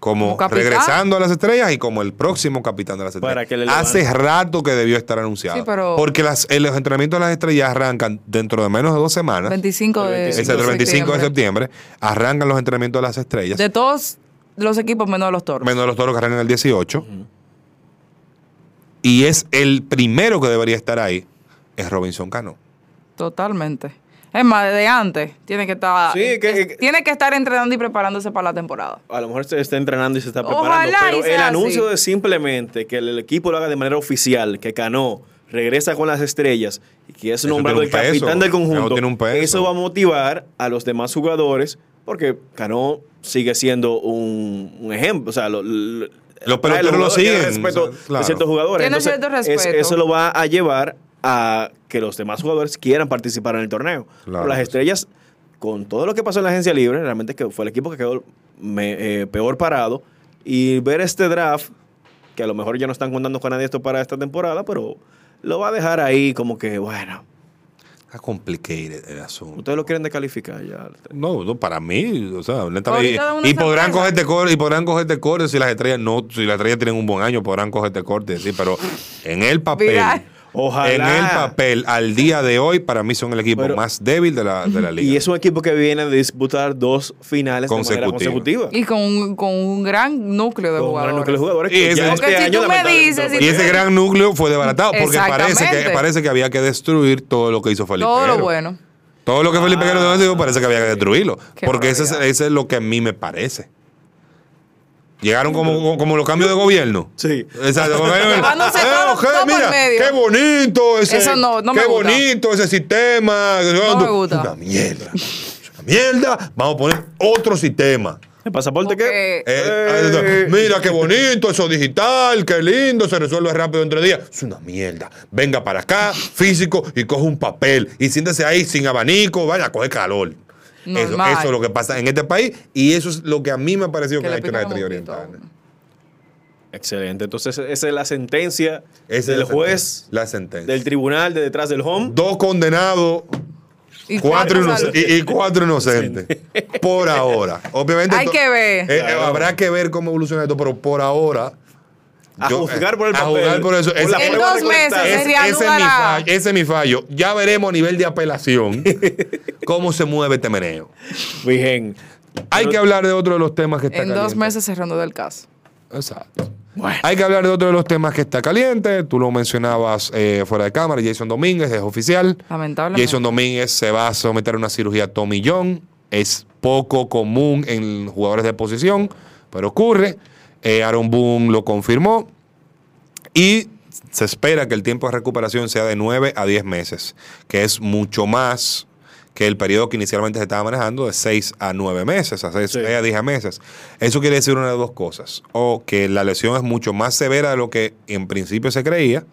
Speaker 3: Como,
Speaker 4: Como capitán.
Speaker 3: regresando a las estrellas y como el próximo capitán de las estrellas.
Speaker 13: Para que le
Speaker 3: Hace
Speaker 13: levanten.
Speaker 3: rato que debió estar anunciado.
Speaker 4: Sí, pero-
Speaker 3: Porque las, eh, los entrenamientos de las estrellas arrancan dentro de menos de dos semanas.
Speaker 4: 25 de,
Speaker 3: Exacto, el 25 de septiembre. Arrancan los entrenamientos de las estrellas.
Speaker 4: De todos los equipos menos los toros.
Speaker 3: menos los toros que arrancan el 18. Y es el primero que debería estar ahí. Es Robinson Cano.
Speaker 4: Totalmente. Es más, desde antes tiene que estar
Speaker 13: Sí, que-
Speaker 4: es- tiene que estar entrenando y preparándose para la temporada.
Speaker 13: A lo mejor se está entrenando y se está preparando.
Speaker 4: Ojalá y
Speaker 13: pero
Speaker 4: sea
Speaker 13: el
Speaker 4: así.
Speaker 13: anuncio de simplemente que el equipo lo haga de manera oficial, que Cano regresa con las estrellas y que es
Speaker 3: Eso
Speaker 13: nombrado el
Speaker 3: tiene un peso.
Speaker 13: capitán del conjunto,
Speaker 3: Eso tiene un peso.
Speaker 13: eso va a motivar a los demás jugadores porque Cano sigue siendo un, un ejemplo. O sea, lo- lo-
Speaker 3: Los
Speaker 13: trae
Speaker 3: peloteros lo
Speaker 13: jugadores, tiene
Speaker 3: siguen,
Speaker 13: respeto
Speaker 3: o sea, claro.
Speaker 13: de ciertos jugadores.
Speaker 4: Tiene
Speaker 13: Entonces,
Speaker 4: cierto
Speaker 13: es-
Speaker 4: respeto.
Speaker 13: eso lo va a llevar a que los demás jugadores quieran participar en el torneo.
Speaker 3: Claro.
Speaker 13: Pero las estrellas con todo lo que pasó en la agencia libre, realmente que fue el equipo que quedó me- eh, peor parado. Y ver este draft, que a lo mejor ya no están contando con nadie esto para esta temporada, pero lo va a dejar ahí como que, bueno,
Speaker 3: Está complicado el asunto.
Speaker 13: ustedes lo quieren descalificar ya.
Speaker 3: No, no, para mí, o sea, honestamente,
Speaker 4: Ahorita da una
Speaker 3: Y, y podrán
Speaker 4: sorpresa.
Speaker 3: cogerte corte, y podrán cogerte corte si las estrellas no, si las estrellas tienen un buen año, podrán cogerte corte, sí, pero en el papel,
Speaker 4: Viral.
Speaker 13: Ojalá.
Speaker 3: en el papel, al día de hoy, para mí son el equipo
Speaker 13: Pero-
Speaker 3: más débil de la, de la liga.
Speaker 13: Y es un equipo que viene a disputar dos finales de manera
Speaker 3: Consecutiva.
Speaker 13: consecutiva.
Speaker 4: Y con un, con un gran núcleo de
Speaker 13: Con un gran
Speaker 4: jugadores.
Speaker 13: núcleo de jugadores
Speaker 3: Y
Speaker 13: que
Speaker 3: ese-
Speaker 13: ya
Speaker 3: Porque
Speaker 13: este
Speaker 4: si
Speaker 13: año,
Speaker 4: tú me
Speaker 13: lamentablemente,
Speaker 4: dices,
Speaker 13: no
Speaker 4: si
Speaker 3: Y
Speaker 13: pueden-
Speaker 3: ese gran núcleo fue desbaratado porque parece que,
Speaker 4: Exactamente.
Speaker 3: parece que había que destruir todo lo que hizo Felipe
Speaker 4: Todo lo
Speaker 3: Guerrero.
Speaker 4: bueno.
Speaker 3: Todo lo que Felipe Guerrero dijo parece que había que destruirlo.
Speaker 4: Ah. Qué
Speaker 3: Porque ese es,
Speaker 4: barbaridad.
Speaker 3: ese es lo que a mí me parece. Llegaron como, como los cambios de gobierno.
Speaker 13: Sí.
Speaker 3: Exacto. como que,
Speaker 4: Llevándose
Speaker 3: eh,
Speaker 4: Ah, todo-
Speaker 3: ok,
Speaker 4: todo por
Speaker 3: mira,
Speaker 4: medio.
Speaker 3: qué bonito ese,
Speaker 4: Eso no- no
Speaker 3: qué
Speaker 4: me gusta.
Speaker 3: bonito ese sistema.
Speaker 4: No me gusta.
Speaker 3: Una mierda. Una mierda. Vamos a poner otro sistema.
Speaker 13: ¿El pasaporte qué?
Speaker 4: Porque-
Speaker 3: Eh, Mira qué bonito, eso digital, qué lindo, se resuelve rápido entre días. Es una mierda. Venga para acá, físico, y coge un papel. Y siéntese ahí sin abanico, vaya a coger calor. Eso,
Speaker 4: Normal.
Speaker 3: eso es lo que pasa en este país y eso es lo que a mí me ha parecido que,
Speaker 4: Que
Speaker 3: ha
Speaker 4: le
Speaker 3: hecho la
Speaker 4: pican
Speaker 3: estrella
Speaker 4: un poquito.
Speaker 3: oriental.
Speaker 13: Excelente. Entonces, esa es la sentencia
Speaker 3: Esa es
Speaker 13: del
Speaker 3: la
Speaker 13: juez,
Speaker 3: sentencia, La sentencia.
Speaker 13: del tribunal, de detrás del home.
Speaker 3: Dos condenados
Speaker 4: Y
Speaker 3: cuatro
Speaker 4: cuatro
Speaker 3: inoc-
Speaker 4: sal-
Speaker 3: y, y cuatro inocentes. por ahora. Obviamente.
Speaker 4: Hay
Speaker 3: to-
Speaker 4: que ver.
Speaker 3: eh, eh, Habrá que ver cómo evoluciona esto, pero por ahora.
Speaker 13: A juzgar por el
Speaker 3: a
Speaker 13: papel.
Speaker 3: juzgar por eso.
Speaker 13: Por
Speaker 3: Es-
Speaker 13: la
Speaker 3: es-
Speaker 4: en
Speaker 13: prueba
Speaker 4: dos meses
Speaker 13: recolectada.
Speaker 3: Ese-
Speaker 4: se
Speaker 13: Es-
Speaker 3: ese, es mi
Speaker 4: reanudará.
Speaker 3: fallo, ese es mi fallo. Ya veremos a nivel de apelación cómo se mueve este meneo.
Speaker 13: Virgen.
Speaker 3: Hay que hablar de otro de los temas que está
Speaker 4: En dos
Speaker 3: caliente.
Speaker 4: meses se reanuda el caso.
Speaker 3: Exacto. Hay que hablar de otro de los temas que está caliente. Tú lo mencionabas eh, fuera de cámara. Jason Domínguez es oficial.
Speaker 4: Lamentablemente.
Speaker 3: Jason Domínguez se va a someter a una cirugía Tommy John. Es poco común en jugadores de posición, pero ocurre. Eh, Aaron Boone lo confirmó. Y se espera que el tiempo de recuperación sea de 9 a 10 meses, que es mucho más que el periodo que inicialmente se estaba manejando de 6 a 9 meses, a 6
Speaker 13: Sí.
Speaker 3: a 10 meses. Eso quiere decir una de dos cosas. O que la lesión es mucho más severa de lo que en principio se creía,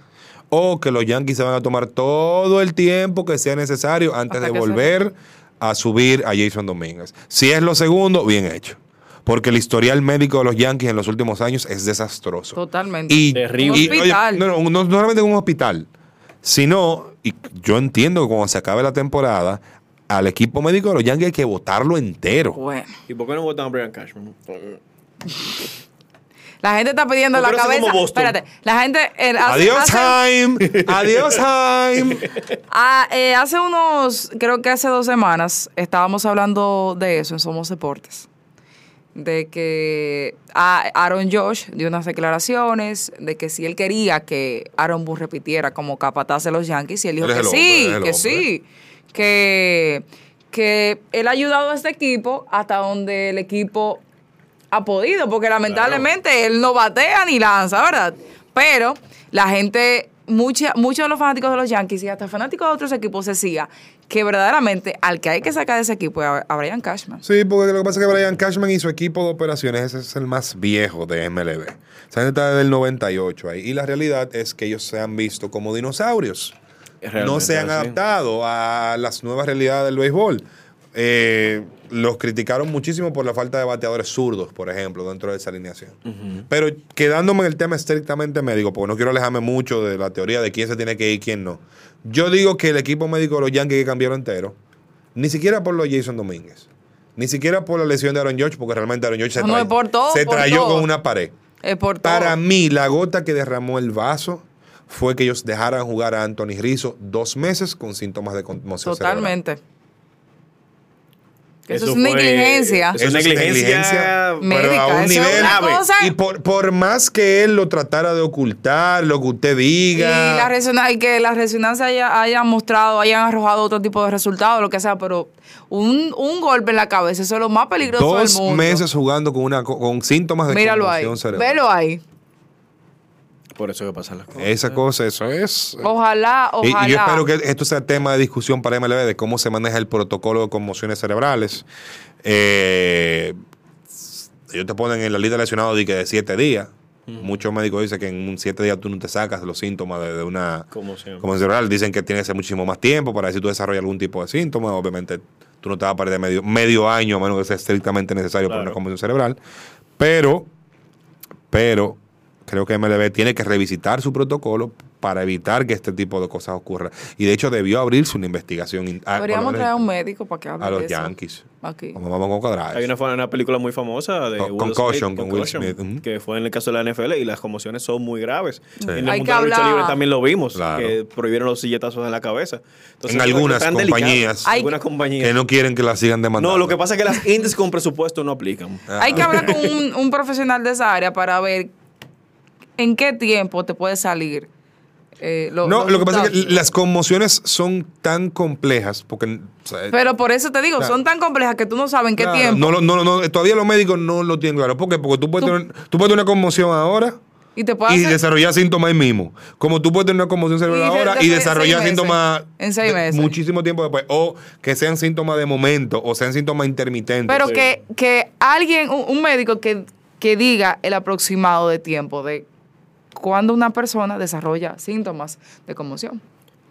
Speaker 3: o que los Yankees se van a tomar todo el tiempo que sea necesario antes
Speaker 4: Hasta
Speaker 3: de
Speaker 4: que se-
Speaker 3: volver a subir a Jason Domínguez. Si es lo segundo, bien hecho. Porque el historial médico de los Yankees en los últimos años es desastroso.
Speaker 4: Totalmente.
Speaker 3: Y, y,
Speaker 4: Un hospital.
Speaker 3: oye, no, no, no, no solamente en un hospital, sino, y yo entiendo que cuando se acabe la temporada, al equipo médico de los Yankees hay que votarlo entero.
Speaker 13: ¿Y por qué no pues, votan a Brian Cashman?
Speaker 4: La gente está pidiendo
Speaker 13: ¿Por
Speaker 4: la
Speaker 13: qué no son
Speaker 4: cabeza.
Speaker 13: como Boston?
Speaker 4: Espérate. La gente. eh, hace-
Speaker 3: Adiós,
Speaker 4: hace-
Speaker 3: Jaime. Adiós, Jaime.
Speaker 4: Ah, eh, hace unos, creo que hace dos semanas, estábamos hablando de eso en Somos Deportes. De que ah, Aaron Josh dio unas declaraciones de que si él quería que Aaron Boone repitiera como capataz de los Yankees, y él dijo
Speaker 14: Él es
Speaker 4: que
Speaker 14: el
Speaker 4: sí,
Speaker 14: hombre, él
Speaker 4: que
Speaker 14: es el
Speaker 4: sí, que, que él ha ayudado a este equipo hasta donde el equipo ha podido, porque lamentablemente él no batea ni lanza, ¿verdad? Pero la gente, mucha, muchos de los fanáticos de los Yankees y hasta fanáticos de otros equipos decía que verdaderamente al que hay que sacar de ese equipo es a a Brian Cashman.
Speaker 3: Sí, porque lo que pasa es que Brian Cashman y su equipo de operaciones ese es el más viejo de MLB. Esa gente está desde el 98 ahí. Y la realidad es que ellos se han visto como dinosaurios. no
Speaker 13: Realmente
Speaker 3: se han
Speaker 13: así.
Speaker 3: adaptado a las nuevas realidades del béisbol. Eh, los criticaron muchísimo por la falta de bateadores zurdos, por ejemplo, dentro de esa alineación. Pero quedándome en el tema estrictamente médico, porque no quiero alejarme mucho de la teoría de quién se tiene que ir y quién no. Yo digo que el equipo médico de los Yankees hay que cambiaron entero, ni siquiera por los Jason Domínguez, ni siquiera por la lesión de Aaron George, porque realmente Aaron George se,
Speaker 4: No, no,
Speaker 3: trayó-
Speaker 4: por todo,
Speaker 3: se
Speaker 4: por
Speaker 3: trayó
Speaker 4: todo.
Speaker 3: con una pared.
Speaker 4: Es por todo.
Speaker 3: Para mí, la gota que derramó el vaso fue que ellos dejaran jugar a Anthony Rizzo dos meses con síntomas de conmoción cerebral.
Speaker 4: Totalmente. Que Eso,
Speaker 3: Eso
Speaker 4: es
Speaker 3: fue-
Speaker 4: negligencia.
Speaker 3: Eso es negligencia, pero
Speaker 4: médica.
Speaker 3: a un
Speaker 4: Eso es
Speaker 3: nivel
Speaker 4: una cosa-
Speaker 3: Y por, por más que él lo tratara de ocultar, lo que usted
Speaker 4: Y,
Speaker 3: diga.
Speaker 4: la resona- y que la resonancia haya, haya mostrado, hayan arrojado otro tipo de resultado, lo que sea, pero un, un golpe en la cabeza, eso es lo más peligroso
Speaker 3: dos
Speaker 4: del mundo.
Speaker 3: meses jugando con una co- con síntomas de
Speaker 4: Míralo ahí.
Speaker 3: conmoción cerebral.
Speaker 4: Velo ahí.
Speaker 13: Por eso que pasan las cosas.
Speaker 3: Esa cosa, eso es.
Speaker 4: Ojalá,
Speaker 3: Y,
Speaker 4: ojalá.
Speaker 3: y yo espero que esto sea tema de discusión para MLB de cómo se maneja el protocolo de conmociones cerebrales. Eh, ellos te ponen en la lista de lesionados de, que de siete días. Muchos médicos dicen que en un siete días tú no te sacas los síntomas de, de una
Speaker 13: Como siempre.
Speaker 3: conmoción cerebral. Dicen que tiene que ser muchísimo más tiempo para ver si tú desarrollas algún tipo de síntoma. Obviamente tú no te vas a perder medio, medio año, a menos que sea estrictamente necesario por una conmoción cerebral. Pero, pero creo que MLB tiene que revisitar su protocolo para evitar que este tipo de cosas ocurra. Y de hecho debió abrirse una investigación in- a, por lo
Speaker 4: Podríamos
Speaker 3: menos
Speaker 4: traer a un médico para que hable
Speaker 3: Ah, a
Speaker 4: de
Speaker 3: los
Speaker 4: eso.
Speaker 3: Yankees.
Speaker 4: Aquí.
Speaker 3: Vamos, vamos con cuadrados.
Speaker 13: Hay una, fa- una película muy famosa de
Speaker 3: Con-
Speaker 13: Will
Speaker 3: Concussion,
Speaker 13: Smith,
Speaker 3: con Will
Speaker 13: Concussion,
Speaker 3: Smith, ujú.
Speaker 13: que fue en el caso de la NFL y las conmociones son muy graves. En el
Speaker 4: Hay
Speaker 13: mundo
Speaker 4: que
Speaker 13: de la lucha
Speaker 4: hablar.
Speaker 13: libre también lo vimos,
Speaker 3: Claro.
Speaker 13: que prohibieron los silletazos en la cabeza. Entonces,
Speaker 3: en
Speaker 13: es
Speaker 3: algunas
Speaker 13: tan delicado.
Speaker 3: compañías,
Speaker 13: Algunas compañías.
Speaker 3: que no quieren que la sigan demandando. Ah.
Speaker 13: No, lo que pasa es que las índices con presupuesto no aplican.
Speaker 4: Hay que hablar con un, un profesional de esa área para ver en qué tiempo te puede salir. eh, lo-
Speaker 3: no,
Speaker 4: los
Speaker 3: lo que pasa es que
Speaker 4: resultados.
Speaker 3: las conmociones son tan complejas porque... o sea,
Speaker 4: Pero por eso te digo,
Speaker 3: Claro.
Speaker 4: son tan complejas que tú no sabes en qué
Speaker 3: Claro,
Speaker 4: tiempo.
Speaker 3: No, lo- no, lo- no, eh, todavía los médicos no lo tienen claro. ¿Por qué? Porque tú puedes, Tener, tú puedes tener una conmoción ahora
Speaker 4: y te puede
Speaker 3: y
Speaker 4: hacer-
Speaker 3: desarrollar síntomas ahí mismo. Como tú puedes tener una conmoción cerebral
Speaker 4: de-
Speaker 3: ahora
Speaker 4: de-
Speaker 3: y
Speaker 4: de- seis
Speaker 3: desarrollar
Speaker 4: meses.
Speaker 3: síntomas
Speaker 4: En seis
Speaker 3: de-
Speaker 4: meses.
Speaker 3: muchísimo tiempo después. O que sean síntomas de momento o sean síntomas intermitentes.
Speaker 4: Pero que, que alguien, un, un médico que, que diga el aproximado de tiempo de cuando una persona desarrolla síntomas de conmoción.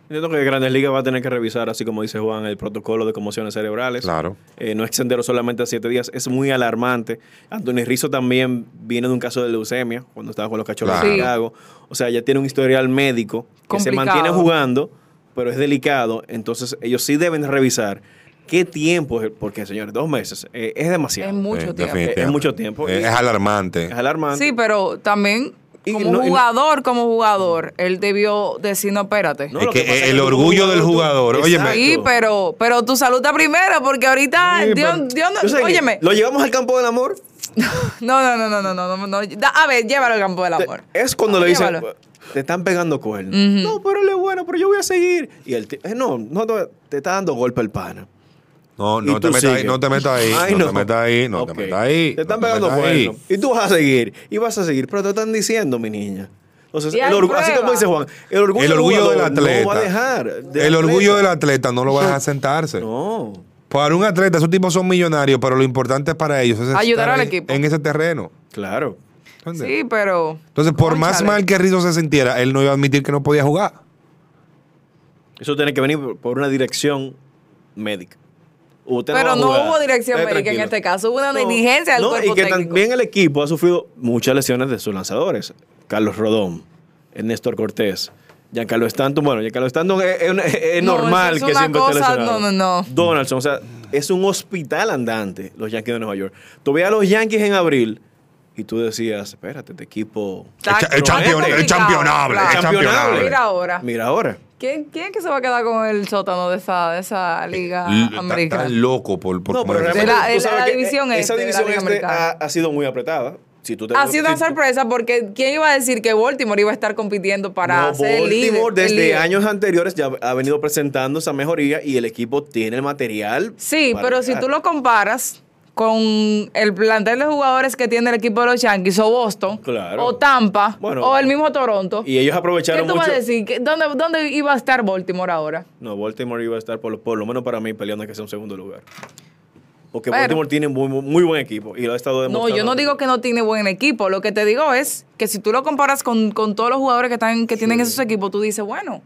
Speaker 13: Entiendo que Grandes Ligas va a tener que revisar, así como dice Juan, el protocolo de conmociones cerebrales.
Speaker 3: Claro.
Speaker 13: Eh, no extenderlo solamente a siete días. Es muy alarmante. Anthony Rizzo también viene de un caso de leucemia, cuando estaba con los cachorros
Speaker 3: Claro.
Speaker 13: de Chicago. O sea, ya tiene un historial médico que
Speaker 4: Complicado.
Speaker 13: se mantiene jugando, pero es delicado. Entonces, ellos sí deben revisar qué tiempo, es- porque señores, dos meses eh, es demasiado.
Speaker 4: Es mucho
Speaker 13: Eh,
Speaker 4: tiempo.
Speaker 13: Es,
Speaker 3: definitivamente.
Speaker 13: mucho tiempo.
Speaker 3: Eh,
Speaker 13: Y-
Speaker 3: es alarmante.
Speaker 13: Es alarmante.
Speaker 4: Sí, pero también como
Speaker 13: no- y no-
Speaker 4: jugador, como jugador, él debió decir, no, espérate.
Speaker 3: Es que el orgullo del jugador. Oye,
Speaker 4: Sí, pero, pero tu salud está primero, porque ahorita, Dios, Dios no-
Speaker 13: Yo sé que
Speaker 4: óyeme.
Speaker 13: ¿Lo llevamos al campo del amor?
Speaker 4: No, no, no, no, no, no, no, no. Da- A ver, llévalo al campo del amor.
Speaker 13: Es cuando le dicen,
Speaker 4: Llévalo.
Speaker 13: te están pegando cuernos.
Speaker 4: Ujú.
Speaker 13: No, pero él es bueno, pero yo voy a seguir. Y el tipo, no, no, no, te está dando golpe el pana.
Speaker 3: No,
Speaker 13: Y
Speaker 3: no te,
Speaker 13: tú
Speaker 3: metas ahí,
Speaker 13: sigues.
Speaker 3: no te metas ahí.
Speaker 13: Ay,
Speaker 3: no,
Speaker 13: no.
Speaker 3: te metas ahí. No
Speaker 13: Ok.
Speaker 3: te metas ahí.
Speaker 13: Te están
Speaker 3: no
Speaker 13: pegando
Speaker 3: metas ahí.
Speaker 13: cuernos. Y tú vas a seguir, y vas a seguir, pero te están diciendo, mi niña. Entonces,
Speaker 4: Y hay
Speaker 13: el orgu- así como
Speaker 4: pruebas.
Speaker 13: dice Juan, el orgullo,
Speaker 3: El orgullo
Speaker 13: jugador
Speaker 3: del atleta.
Speaker 13: No va a dejar. del
Speaker 3: el orgullo
Speaker 13: atleta.
Speaker 3: del atleta no lo va a dejar sentarse.
Speaker 13: No.
Speaker 3: Para un atleta, esos tipos son millonarios, pero lo importante para ellos es estar
Speaker 4: Ayudar al
Speaker 3: en-
Speaker 4: equipo.
Speaker 3: en ese terreno.
Speaker 13: Claro.
Speaker 3: ¿Entiendes?
Speaker 4: Sí, pero...
Speaker 3: Entonces, por más
Speaker 4: Cónchale.
Speaker 3: mal que Rizzo se sintiera, él no iba a admitir que no podía jugar.
Speaker 13: Eso tiene que venir por- por una dirección médica. usted
Speaker 4: Pero
Speaker 13: va a
Speaker 4: no
Speaker 13: jugar.
Speaker 4: hubo dirección
Speaker 13: Esté
Speaker 4: médica en
Speaker 13: Eh, tranquilo.
Speaker 4: este caso, hubo una
Speaker 13: No,
Speaker 4: negligencia del
Speaker 13: no,
Speaker 4: cuerpo
Speaker 13: y que
Speaker 4: técnico.
Speaker 13: también el equipo ha sufrido muchas lesiones de sus lanzadores. Carlos Rodón, Néstor Cortés, Giancarlo Stanton. Bueno, Giancarlo Stanton es, es- es
Speaker 4: No, eso
Speaker 13: normal
Speaker 4: es
Speaker 13: que
Speaker 4: una
Speaker 13: siempre esté
Speaker 4: cosa-
Speaker 13: lesionado.
Speaker 4: no, no, no.
Speaker 13: Donaldson, o sea, es un hospital andante los Yankees de Nueva York. Tú veías a los Yankees en abril y tú decías, espérate, este equipo...
Speaker 4: Está- Es cha- es
Speaker 3: campeon- es campeonable,
Speaker 4: claro.
Speaker 13: Es campeonable.
Speaker 4: Mira ahora.
Speaker 13: Mira ahora.
Speaker 4: ¿Quién, ¿Quién es que se va a quedar con el sótano de esa, de esa liga
Speaker 3: L- está-
Speaker 4: americana?
Speaker 3: está loco por, por
Speaker 13: No, pero
Speaker 3: por-
Speaker 13: realmente
Speaker 4: la-
Speaker 13: tú
Speaker 4: la-
Speaker 13: sabes
Speaker 4: la
Speaker 13: que
Speaker 4: división
Speaker 13: esa
Speaker 4: este de la
Speaker 13: división
Speaker 4: Liga
Speaker 13: este
Speaker 4: Americana.
Speaker 13: ha, ha sido muy apretada. Si tú te-
Speaker 4: Ha sido una
Speaker 13: si-
Speaker 4: sorpresa porque ¿quién iba a decir que Baltimore iba a estar compitiendo para
Speaker 13: No,
Speaker 4: ser el líder?
Speaker 13: Baltimore
Speaker 4: el
Speaker 13: desde
Speaker 4: líder?
Speaker 13: años anteriores ya ha venido presentando esa mejoría y el equipo tiene el material.
Speaker 4: Sí,
Speaker 13: para
Speaker 4: pero si
Speaker 13: llegar.
Speaker 4: tú lo comparas con el plantel de jugadores que tiene el equipo de los Yankees o Boston
Speaker 13: Claro.
Speaker 4: o Tampa
Speaker 13: Bueno.
Speaker 4: o el mismo Toronto,
Speaker 13: Y ellos aprovecharon
Speaker 4: ¿qué tú vas
Speaker 13: mucho.
Speaker 4: a decir? ¿Qué- ¿Dónde, ¿Dónde iba a estar Baltimore ahora?
Speaker 13: No, Baltimore iba a estar por lo, por lo menos para mí peleando que sea un segundo lugar. Porque
Speaker 4: Pero-
Speaker 13: Baltimore tiene muy, muy, muy buen equipo y lo ha estado
Speaker 4: No,
Speaker 13: demostrando.
Speaker 4: yo no digo que no tiene buen equipo. Lo que te digo es que si tú lo comparas con, con todos los jugadores que, están, que tienen esos equipos, tú dices, bueno,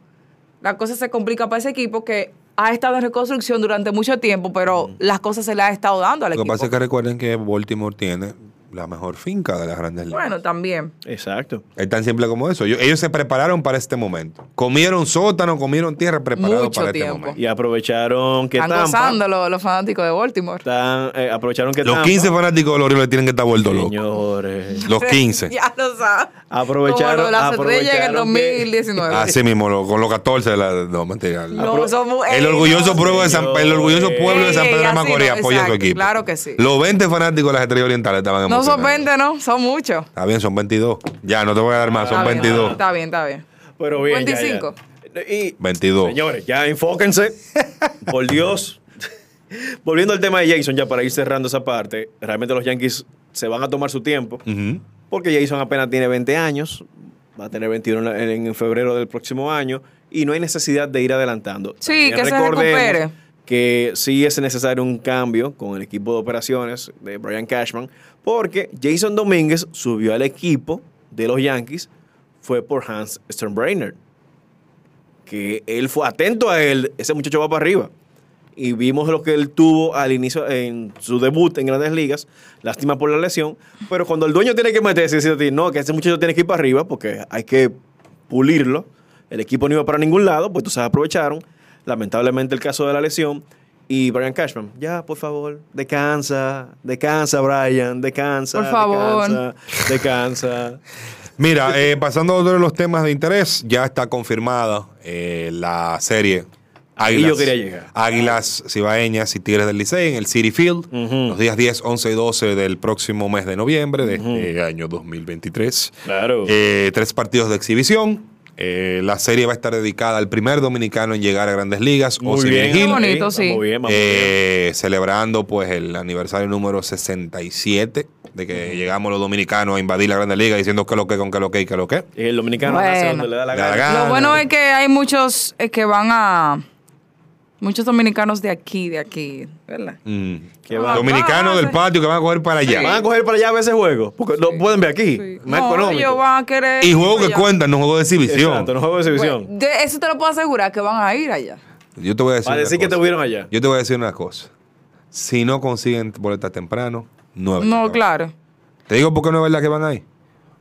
Speaker 4: la cosa se complica para ese equipo que ha estado en reconstrucción durante mucho tiempo, pero las cosas se le ha estado dando al
Speaker 3: Lo que
Speaker 4: equipo.
Speaker 3: pasa es que recuerden que Baltimore tiene la mejor finca de las grandes ligas.
Speaker 4: Bueno, también.
Speaker 13: Exacto.
Speaker 3: Es tan simple como eso. Ellos, ellos se prepararon para este momento. Comieron sótano, comieron tierra preparado
Speaker 4: Mucho
Speaker 3: para
Speaker 4: tiempo.
Speaker 3: este momento.
Speaker 13: Y aprovecharon que
Speaker 4: Están
Speaker 13: Tampa...
Speaker 4: gozando los, los fanáticos de Baltimore.
Speaker 13: tan- eh, aprovecharon que
Speaker 3: Los
Speaker 13: Tampa-
Speaker 3: 15 fanáticos de los Orioles tienen que estar vueltos locos.
Speaker 13: Señores.
Speaker 3: Los 15.
Speaker 4: ya lo sabes.
Speaker 13: Aprovecharon,
Speaker 4: Como la estrella en el
Speaker 13: aprovecharon que-
Speaker 4: 2019.
Speaker 3: Así mismo, lo- con los 14 de la. No, mentira.
Speaker 4: No, eh, somos-
Speaker 3: el
Speaker 4: ey,
Speaker 3: orgulloso
Speaker 4: no.
Speaker 3: pueblo de San, el orgulloso pueblo de San
Speaker 4: Ey,
Speaker 3: Pedro de
Speaker 4: así no,
Speaker 3: Macorís apoya a su
Speaker 4: exacto,
Speaker 3: equipo.
Speaker 4: Claro que sí.
Speaker 3: Los 20 fanáticos de las estrellas orientales estaban
Speaker 4: No son
Speaker 3: emocionados.
Speaker 4: 20, no, son muchos.
Speaker 3: Está bien, son 22. Ya, no te voy a dar más,
Speaker 4: Está
Speaker 3: son
Speaker 4: bien,
Speaker 3: 22.
Speaker 4: Está bien, está bien.
Speaker 13: Pero bien, ya, ya.
Speaker 4: 25.
Speaker 13: Y
Speaker 3: 22.
Speaker 13: Señores, ya enfóquense. Por Dios. Volviendo al tema de Jason, ya para ir cerrando esa parte, realmente los Yankees se van a tomar su tiempo,
Speaker 3: Ujú.
Speaker 13: porque Jason apenas tiene 20 años, va a tener 21 en, en febrero del próximo año, y no hay necesidad de ir adelantando.
Speaker 4: Sí,
Speaker 13: También
Speaker 4: que se
Speaker 13: recordemos
Speaker 4: recupere.
Speaker 13: Que sí es necesario un cambio con el equipo de operaciones de Brian Cashman, porque Jason Domínguez subió al equipo de los Yankees, fue por Hans Sternbrenner que él fue atento a él, ese muchacho va para arriba. Y vimos lo que él tuvo al inicio, en su debut en Grandes Ligas, lástima por la lesión, pero cuando el dueño tiene que meterse y decir a ti, no, que ese muchacho tiene que ir para arriba porque hay que pulirlo, el equipo no iba para ningún lado, pues entonces aprovecharon, lamentablemente el caso de la lesión, y Brian Cashman, ya, por favor, descansa, descansa, Brian, descansa,
Speaker 4: Por favor.
Speaker 13: descansa, descansa.
Speaker 3: Mira, eh, pasando a otro de los temas de interés, ya está confirmada eh, la serie Águilas.
Speaker 13: yo quería llegar.
Speaker 3: Águilas Cibaeñas y Tigres del Licey en el City Field,
Speaker 13: Ujú.
Speaker 3: los días 10, 11 y 12 del próximo mes de noviembre de este año 2023.
Speaker 13: Claro.
Speaker 3: Eh, tres partidos de exhibición. Eh, la serie va a estar dedicada al primer dominicano en llegar a Grandes Ligas,
Speaker 13: Muy
Speaker 3: Ozzie
Speaker 13: bien,
Speaker 3: Virgil.
Speaker 4: Qué bonito, sí.
Speaker 13: Muy bien, vamos bien.
Speaker 3: Eh, celebrando pues el aniversario número 67 de que llegamos los dominicanos a invadir la Grande Liga diciendo que lo que con que lo que y que lo que.
Speaker 13: El dominicano nace
Speaker 4: Bueno.
Speaker 13: donde le da la
Speaker 3: Le da la
Speaker 13: gana.
Speaker 3: gana.
Speaker 4: Lo bueno es que hay muchos eh, que van a. Muchos dominicanos de aquí, de aquí, ¿verdad?
Speaker 3: Mm.
Speaker 13: Que va-
Speaker 3: Dominicanos
Speaker 4: Ah,
Speaker 3: del
Speaker 4: sí.
Speaker 3: patio que van a coger para allá.
Speaker 13: Van a coger para allá a ver ese juego. Porque lo pueden ver aquí. Más
Speaker 4: no,
Speaker 13: económico.
Speaker 4: ellos van a querer.
Speaker 3: Y
Speaker 4: ir
Speaker 3: juego que
Speaker 4: allá.
Speaker 3: cuentan, no juego de exhibición.
Speaker 13: Exacto, no juego de exhibición.
Speaker 4: Bueno, de- eso te lo puedo asegurar, que van a ir allá.
Speaker 3: Yo te voy a decir.
Speaker 13: para
Speaker 3: una
Speaker 13: decir que
Speaker 3: cosa.
Speaker 13: estuvieron allá.
Speaker 3: Yo te voy a decir una cosa. Si no consiguen boletas temprano, no es verdad.
Speaker 4: No, claro.
Speaker 3: Te digo por qué no es verdad que van ahí.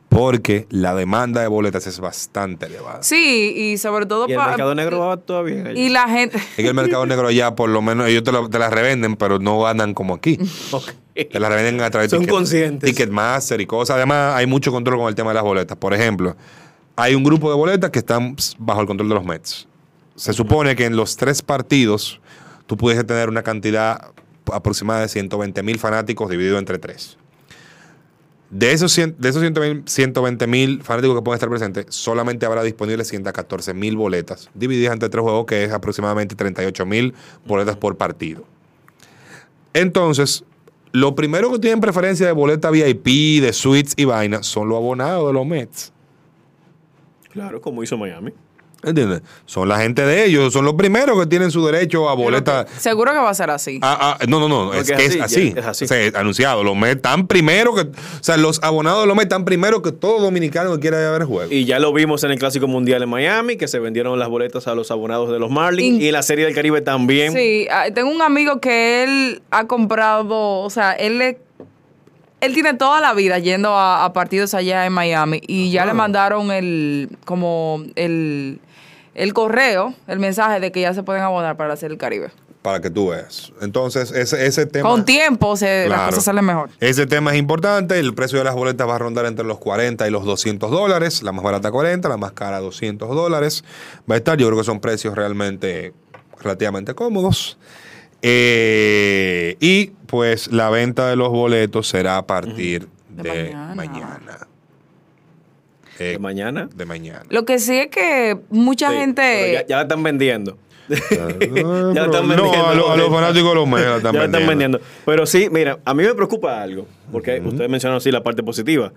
Speaker 3: Porque la demanda de boletas es bastante elevada.
Speaker 4: Sí, y sobre todo
Speaker 13: Y el
Speaker 4: pa-
Speaker 13: mercado negro va todavía. allá.
Speaker 4: Y la gente.
Speaker 3: En el mercado negro allá, por lo menos, ellos te, lo- te las revenden, pero no ganan como aquí.
Speaker 13: Ok.
Speaker 3: Te las revenden a través de
Speaker 13: Son conscientes.
Speaker 3: Ticketmaster y cosas. Además, hay mucho control con el tema de las boletas. Por ejemplo, hay un grupo de boletas que están ps, bajo el control de los Mets. Se supone que en los tres partidos tú puedes tener una cantidad aproximada de 120 mil fanáticos dividido entre tres. De esos, cien- de esos 120 mil fanáticos que pueden estar presentes, solamente habrá disponibles 114 mil boletas, divididas entre tres juegos, que es aproximadamente 38 mil boletas por partido. Entonces, lo primero que tienen preferencia de boleta VIP, de suites y vainas son los abonados de los Mets.
Speaker 13: Claro, como hizo Miami.
Speaker 3: ¿Entiendes? Son la gente de ellos, son los primeros que tienen su derecho a boleta.
Speaker 4: Seguro que va a ser así.
Speaker 3: Ah, ah, no, no, no, es
Speaker 4: Porque
Speaker 3: que es
Speaker 4: es
Speaker 3: así.
Speaker 4: así,
Speaker 3: Es anunciado. Los Mets están primero que. O sea, los abonados de los Mets están primero que todo dominicano que quiera ir a ver el juego.
Speaker 13: Y ya lo vimos en el Clásico Mundial en Miami, que se vendieron las boletas a los abonados de los Marlins.
Speaker 4: In-
Speaker 13: y en la Serie del Caribe también.
Speaker 4: Sí, ah, tengo un amigo que él ha comprado, o sea, él le- él tiene toda la vida yendo a, a partidos allá en Miami y ya le mandaron el como el el correo, el mensaje de que ya se pueden abonar para hacer el Caribe.
Speaker 3: Para que tú veas. Entonces, ese, ese tema.
Speaker 4: Con tiempo se, las
Speaker 3: Claro.
Speaker 4: cosas salen mejor.
Speaker 3: Ese tema es importante. El precio de las boletas va a rondar entre los 40 y los 200 dólares. La más barata 40, la más cara 200 dólares. Va a estar, yo creo que son precios realmente relativamente cómodos. Eh, y pues la venta de los boletos será a partir de, mañana. Eh,
Speaker 13: ¿De mañana?
Speaker 3: De mañana.
Speaker 4: Lo que sí es que mucha
Speaker 13: Sí,
Speaker 4: gente
Speaker 13: pero Ya, ya la están vendiendo. ya la están
Speaker 3: Eh, No,
Speaker 13: vendiendo.
Speaker 3: a lo- a los fanáticos de los Mets
Speaker 13: medios
Speaker 3: la están
Speaker 13: ya la están
Speaker 3: vendiendo.
Speaker 13: vendiendo. Pero sí, mira, a mí me preocupa algo, porque ustedes mencionaron así la parte positiva.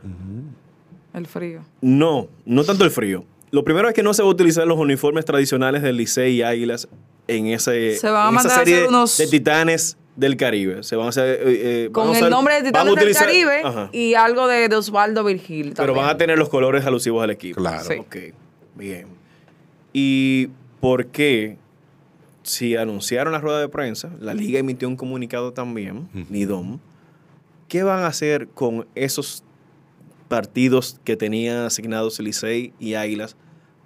Speaker 4: el frío.
Speaker 13: No, no tanto el frío. Lo primero es que no se va a utilizar los uniformes tradicionales del Licey y Águilas en, ese,
Speaker 4: Se van a
Speaker 13: en esa
Speaker 4: mandar a
Speaker 13: serie
Speaker 4: hacer
Speaker 13: de-
Speaker 4: unos-
Speaker 13: de Titanes del Caribe. Se van a hacer, eh, eh, van
Speaker 4: Con
Speaker 13: a
Speaker 4: el
Speaker 13: usar-
Speaker 4: nombre de
Speaker 13: van
Speaker 4: Titanes
Speaker 13: a
Speaker 4: del
Speaker 13: utilizar-
Speaker 4: Caribe
Speaker 13: Ajá.
Speaker 4: y algo de, de Osvaldo Virgil
Speaker 13: Pero
Speaker 4: también.
Speaker 13: van a tener los colores alusivos al equipo.
Speaker 3: Claro.
Speaker 4: Sí.
Speaker 13: Ok, bien. ¿Y por qué? Si anunciaron la rueda de prensa, la liga emitió un comunicado también, Nidom. ¿Qué van a hacer con esos partidos que tenía asignados Licey y Águilas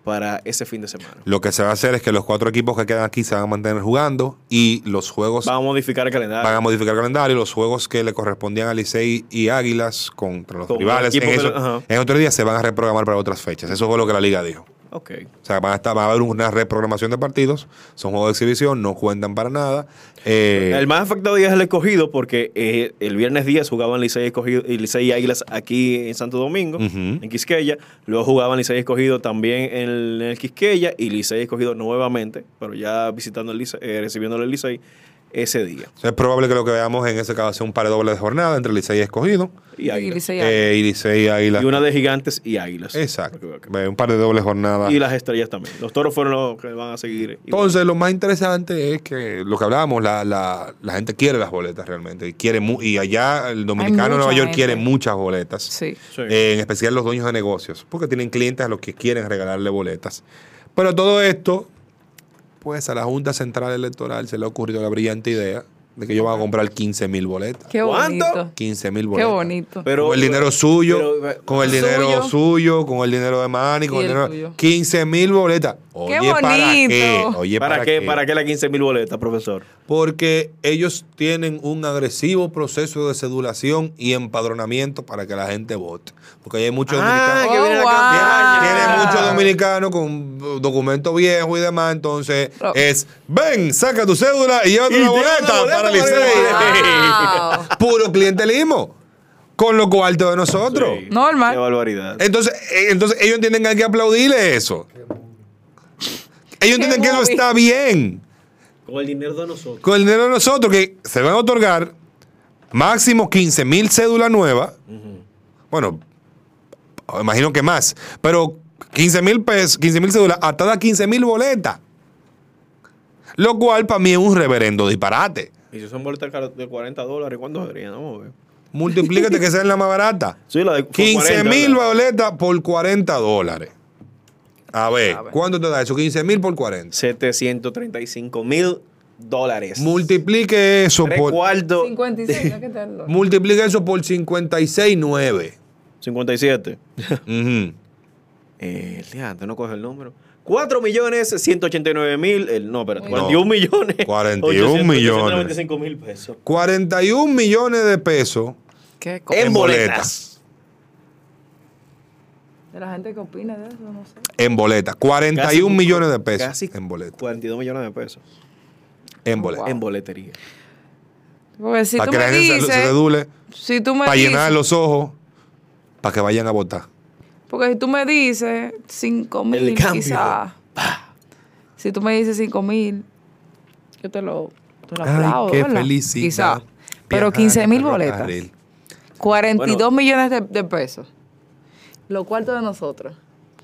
Speaker 13: para ese fin de semana?
Speaker 3: Lo que se va a hacer es que los cuatro equipos que quedan aquí se van a mantener jugando y los juegos
Speaker 13: Van a modificar el calendario.
Speaker 3: van a modificar el calendario. Los juegos que le correspondían a Licey y Águilas contra los
Speaker 13: Con
Speaker 3: rivales en,
Speaker 13: equipos que
Speaker 3: eso,
Speaker 13: lo- ajá.
Speaker 3: en otro día se van a reprogramar para otras fechas. Eso fue lo que la liga dijo.
Speaker 13: Ok.
Speaker 3: O sea, van a, estar, va a haber una reprogramación de partidos. Son juegos de exhibición, no cuentan para nada. Eh,
Speaker 13: El más afectado día es el escogido porque eh, el viernes 10 jugaban Licey Escogido- y Licey y Águilas aquí en Santo Domingo,
Speaker 3: Ujú.
Speaker 13: en Quisqueya. Luego jugaban Licey Escogido también en el, en el Quisqueya y Licey Escogido nuevamente, pero ya visitando el Licey, eh, recibiéndole el Licey ese día.
Speaker 3: es probable que lo que veamos en ese caso sea un par de dobles de jornada entre Licey y Escogido.
Speaker 13: Y, Águilas.
Speaker 4: Licey y
Speaker 3: Eh, y Licey y Águilas.
Speaker 13: Y una de Gigantes y Águilas.
Speaker 3: Exacto. Ve, Un par de dobles jornadas.
Speaker 13: Y las estrellas también. Los toros fueron los que van a seguir.
Speaker 3: Entonces, lo más interesante es que lo que hablábamos, la, la- la gente quiere las boletas realmente. Y, quiere mu- y allá el dominicano
Speaker 13: mucha
Speaker 3: de Nueva York
Speaker 13: gente.
Speaker 3: quiere muchas boletas.
Speaker 13: Sí.
Speaker 3: Eh, en especial los dueños de negocios, porque tienen clientes a los que quieren regalarle boletas. Pero todo esto, pues a la Junta Central Electoral se le ha ocurrido la brillante idea de que yo van a comprar 15 mil boletas.
Speaker 4: Qué bonito. ¿Cuánto?
Speaker 3: 15 mil
Speaker 4: Qué
Speaker 3: boletas.
Speaker 4: bonito.
Speaker 3: con el dinero suyo,
Speaker 13: pero- eh,
Speaker 3: con el
Speaker 13: Suyo.
Speaker 3: dinero suyo, con el dinero de Manny, con
Speaker 13: Y
Speaker 3: el
Speaker 13: el
Speaker 3: dinero.
Speaker 13: tuyo.
Speaker 3: 15 mil boletas. Oye, ¿para qué? Oye,
Speaker 13: ¿Para,
Speaker 3: ¿para,
Speaker 13: qué? ¿Para qué las 15 mil boletas, profesor?
Speaker 3: porque ellos tienen un agresivo proceso de sedulación y empadronamiento para que la gente vote. Porque ahí hay muchos
Speaker 4: Oh,
Speaker 13: Ah,
Speaker 3: dominicanos.
Speaker 13: que viene la
Speaker 3: Tiene
Speaker 13: campaña.
Speaker 3: muchos dominicanos con documentos viejos y demás. Entonces es, ven, saca tu cédula y llévate
Speaker 13: Y
Speaker 3: una
Speaker 13: llévate
Speaker 3: boleta,
Speaker 13: una boleta
Speaker 3: para el
Speaker 13: para
Speaker 3: Licey. Puro clientelismo. Con lo cuarto de nosotros.
Speaker 4: Normal.
Speaker 13: Qué barbaridad.
Speaker 3: Entonces, eh, entonces ellos entienden que hay que aplaudirle eso. Ellos entienden que eso
Speaker 13: movie.
Speaker 3: está bien
Speaker 13: Con el dinero de nosotros.
Speaker 3: con el dinero de nosotros que se van a otorgar máximo 15 mil cédulas nuevas. Bueno, imagino que más, pero 15 mil pesos, 15 mil cédulas, hasta 15 mil boletas. Lo cual para mí es un reverendo disparate.
Speaker 13: Y si son boletas car- de 40 dólares, ¿cuánto serían? Vamos a ver.
Speaker 3: Multiplícate que sea la más barata.
Speaker 13: Sí, la de por
Speaker 3: 15
Speaker 13: 40,
Speaker 3: mil
Speaker 13: ¿verdad?
Speaker 3: boletas por 40 dólares. A ver, ¿cuánto te da eso? 15 mil por 40.
Speaker 13: 735 mil dólares.
Speaker 3: Multiplique eso
Speaker 13: Tres
Speaker 3: por.
Speaker 13: cuartos.
Speaker 4: 56, ¿no? ¿Qué tal?
Speaker 3: Multiplica eso por 56.9.
Speaker 13: 57.
Speaker 3: Ujú.
Speaker 13: Eh, el diante no coge el número. 4 millones 189 mil. eh, no, espérate.
Speaker 3: No.
Speaker 13: 41 millones.
Speaker 3: 41 millones.
Speaker 13: 895 mil pesos.
Speaker 3: 41 millones de pesos
Speaker 4: ¿Qué co-
Speaker 3: en
Speaker 13: boletas.
Speaker 3: boletas.
Speaker 4: de la gente que opina de eso, no sé.
Speaker 3: En boletas. 41
Speaker 13: Casi-
Speaker 3: millones de pesos
Speaker 13: casi
Speaker 3: en boletas.
Speaker 13: 42 millones de pesos.
Speaker 3: En boletas.
Speaker 13: En boletería.
Speaker 4: Porque si
Speaker 3: para
Speaker 4: tú
Speaker 3: que
Speaker 4: me
Speaker 3: la gente se- se
Speaker 4: dices,
Speaker 3: redule,
Speaker 4: si tú me
Speaker 3: para llenar
Speaker 4: dices,
Speaker 3: los ojos, para que vayan a votar.
Speaker 4: porque si tú me dices 5 mil,
Speaker 3: cambio.
Speaker 4: quizás. Si tú me dices 5 mil, yo te lo, te lo
Speaker 3: Ay,
Speaker 4: aplaudo.
Speaker 3: qué
Speaker 4: ¿verdad?
Speaker 3: felicidad.
Speaker 4: Quizá. Pero
Speaker 3: Viajar
Speaker 4: 15 mil
Speaker 3: en
Speaker 4: boletas.
Speaker 3: ferrocarril.
Speaker 4: 42
Speaker 3: Bueno.
Speaker 4: millones de, de pesos. Lo cuarto de nosotros.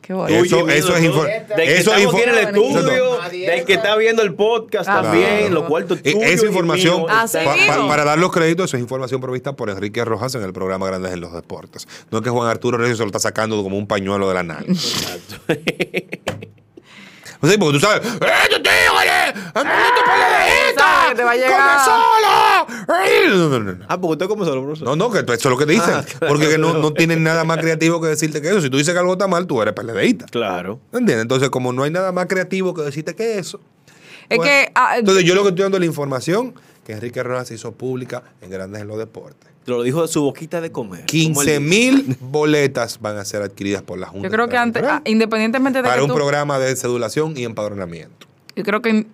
Speaker 4: Qué bueno.
Speaker 3: Eso- Tuyo y eso mío, es ¿no? infor-
Speaker 13: De que
Speaker 3: eso es
Speaker 13: estamos aquí en el
Speaker 3: infor-
Speaker 13: estudio, de que está viendo el podcast
Speaker 3: Claro.
Speaker 13: también, lo cual
Speaker 3: E- Esa información, Ah,
Speaker 13: Así
Speaker 3: pa- pa-
Speaker 13: mismo.
Speaker 3: para dar los créditos, eso es información provista por Enrique Rojas en el programa Grandes en los Deportes. No es que Juan Arturo Recio se lo está sacando como un pañuelo de la nalga. O sea, porque tú sabes, ¡eh, tu tío, eh!
Speaker 4: Sabe que te va a llegar.
Speaker 3: No, no, no, no.
Speaker 13: Ah, porque usted como solo, profesor.
Speaker 3: No, no, que eso es lo que te dicen. porque Ah, que no, no tienen nada más creativo que decirte que eso. Si tú dices que algo está mal, tú eres peledeíta.
Speaker 13: Claro.
Speaker 3: ¿Entiendes? Entonces, como no hay nada más creativo que decirte que eso.
Speaker 4: Es que, ah,
Speaker 3: Entonces, yo lo que estoy dando es la información que Enrique Rojas hizo pública en Grandes en los Deportes.
Speaker 13: Lo dijo de su boquita de comer.
Speaker 3: 15 mil boletas van a ser adquiridas por la Junta
Speaker 4: Yo creo que antes, ah, independientemente de
Speaker 3: para
Speaker 4: que
Speaker 3: un
Speaker 4: tú-
Speaker 3: programa de cedulación y empadronamiento.
Speaker 4: Yo creo que in-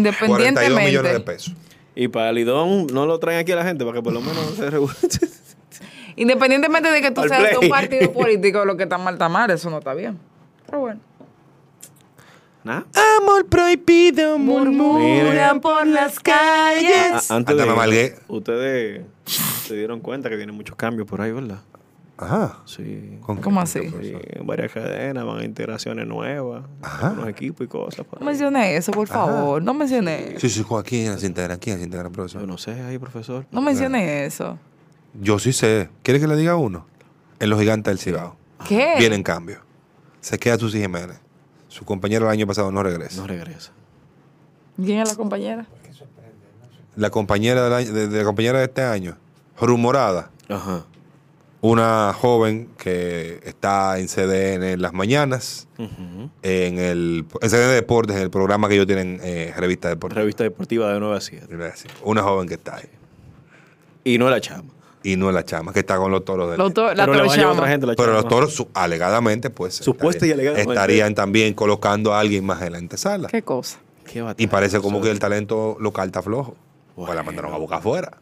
Speaker 3: 42 millones de
Speaker 4: independientemente,
Speaker 3: pesos.
Speaker 13: Y para Lidón no lo traen aquí a la gente para que por lo menos se revuelva.
Speaker 4: independientemente de que tú
Speaker 13: Al
Speaker 4: seas de
Speaker 13: play.
Speaker 4: un partido político, lo que está mal está mal, eso no está bien. Pero bueno.
Speaker 13: Amor prohibido
Speaker 4: murmuran por las calles.
Speaker 13: A- Ah, antes de
Speaker 3: me amalgué.
Speaker 13: Ustedes se dieron cuenta que vienen muchos cambios por ahí, ¿verdad?
Speaker 3: Ajá.
Speaker 13: Sí.
Speaker 4: ¿Cómo así?
Speaker 13: Sí, varias cadenas, van a integraciones nuevas, unos equipos y cosas. por
Speaker 4: No
Speaker 13: ahí.
Speaker 4: mencioné eso, por favor. No mencioné.
Speaker 3: Sí, sí, Juan, ¿quién se integra? ¿Quién se integra, profesor? Yo
Speaker 13: no sé ahí, profesor.
Speaker 4: No mencioné eso.
Speaker 3: Yo sí sé. ¿Quieres que le diga uno? En los gigantes del Cibao.
Speaker 4: ¿Qué?
Speaker 3: Viene en cambio. Se queda Susi Jiménez. Su compañero el año pasado no regresa.
Speaker 13: No regresa.
Speaker 4: ¿Quién es la compañera?
Speaker 3: La compañera, del año- de, de la compañera de este año, rumorada.
Speaker 13: Ajá.
Speaker 3: Una joven que está en CDN en las mañanas,
Speaker 13: Ujú.
Speaker 3: en el en CDN Deportes, en el programa que ellos tienen, eh, Revista Deportiva.
Speaker 13: Revista deportiva de 9 a 7.
Speaker 3: Una joven que está ahí.
Speaker 13: Y no la chama.
Speaker 3: Y no la chama, que está con los toros de
Speaker 4: Los to- la
Speaker 13: Pero le va a llevar
Speaker 4: torochama.
Speaker 13: otra gente la
Speaker 3: Pero
Speaker 13: chama.
Speaker 3: los toros, su- alegadamente, pues.
Speaker 13: Supuesta y alegadamente.
Speaker 3: Estarían también colocando a alguien más en la antesala.
Speaker 4: ¿Qué cosa?
Speaker 13: Qué batalla,
Speaker 3: Y parece como
Speaker 13: profesor.
Speaker 3: que el talento local está flojo. Pues la mandaron a boca afuera.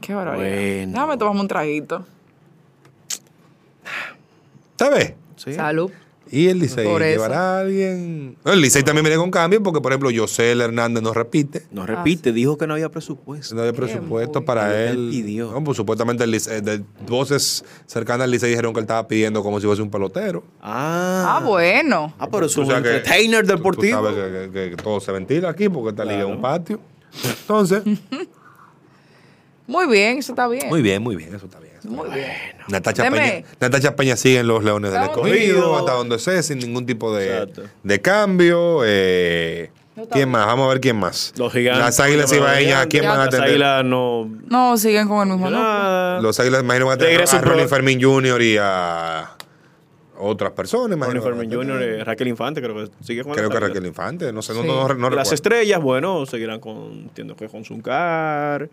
Speaker 4: Qué barbaridad.
Speaker 13: Bueno.
Speaker 4: Déjame tomarme un traguito.
Speaker 3: ¿Sabes?
Speaker 4: Salud.
Speaker 3: Y el Licey
Speaker 4: Por eso.
Speaker 3: llevará a alguien. El Licey también viene con cambios porque, por ejemplo, José Hernández no repite.
Speaker 13: No
Speaker 4: Ah,
Speaker 13: repite, dijo que no había presupuesto.
Speaker 3: No había presupuesto para
Speaker 13: Él
Speaker 3: él. No, pues, supuestamente el Licey- de voces cercanas al Licey dijeron que él estaba pidiendo como si fuese un pelotero.
Speaker 13: Ah,
Speaker 4: Ah, bueno.
Speaker 13: Ah, pero es un
Speaker 3: O sea que-
Speaker 13: entertainer deportivo.
Speaker 3: Tú sabes que, que- que todo se ventila aquí porque está ligado un patio. Entonces,
Speaker 4: Muy bien, eso está bien.
Speaker 3: muy bien, muy bien, eso está bien.
Speaker 4: Muy bien.
Speaker 3: Natacha
Speaker 4: Deme.
Speaker 3: Peña, Natacha Peña sigue en los Leones del
Speaker 4: Está
Speaker 3: Escogido,
Speaker 4: bonito.
Speaker 3: hasta donde sé, sin ningún tipo de,
Speaker 13: Exacto.
Speaker 3: de cambio. eh, ¿Quién más? Vamos a ver quién más.
Speaker 13: Los gigantes.
Speaker 3: Las águilas ibaeñas, ¿a quién van a
Speaker 13: Las
Speaker 3: atender?
Speaker 13: águilas no.
Speaker 4: No, siguen con el mismo nombre.
Speaker 13: Nada.
Speaker 3: Los águilas, imagino, van a tener
Speaker 13: Regreso
Speaker 3: a Ronnie
Speaker 13: pro-
Speaker 3: Fermín Jr. y a otras personas.
Speaker 13: Ronnie
Speaker 3: imagino.
Speaker 13: Fermin Jr., eh, Raquel Infante, creo que sigue con
Speaker 3: Creo
Speaker 13: las
Speaker 3: que
Speaker 13: águilas.
Speaker 3: Raquel Infante. No sé, no,
Speaker 4: Sí.
Speaker 3: no, no
Speaker 13: Las
Speaker 3: recuerdo.
Speaker 13: estrellas, bueno, seguirán con. Entiendo que con Zuncar.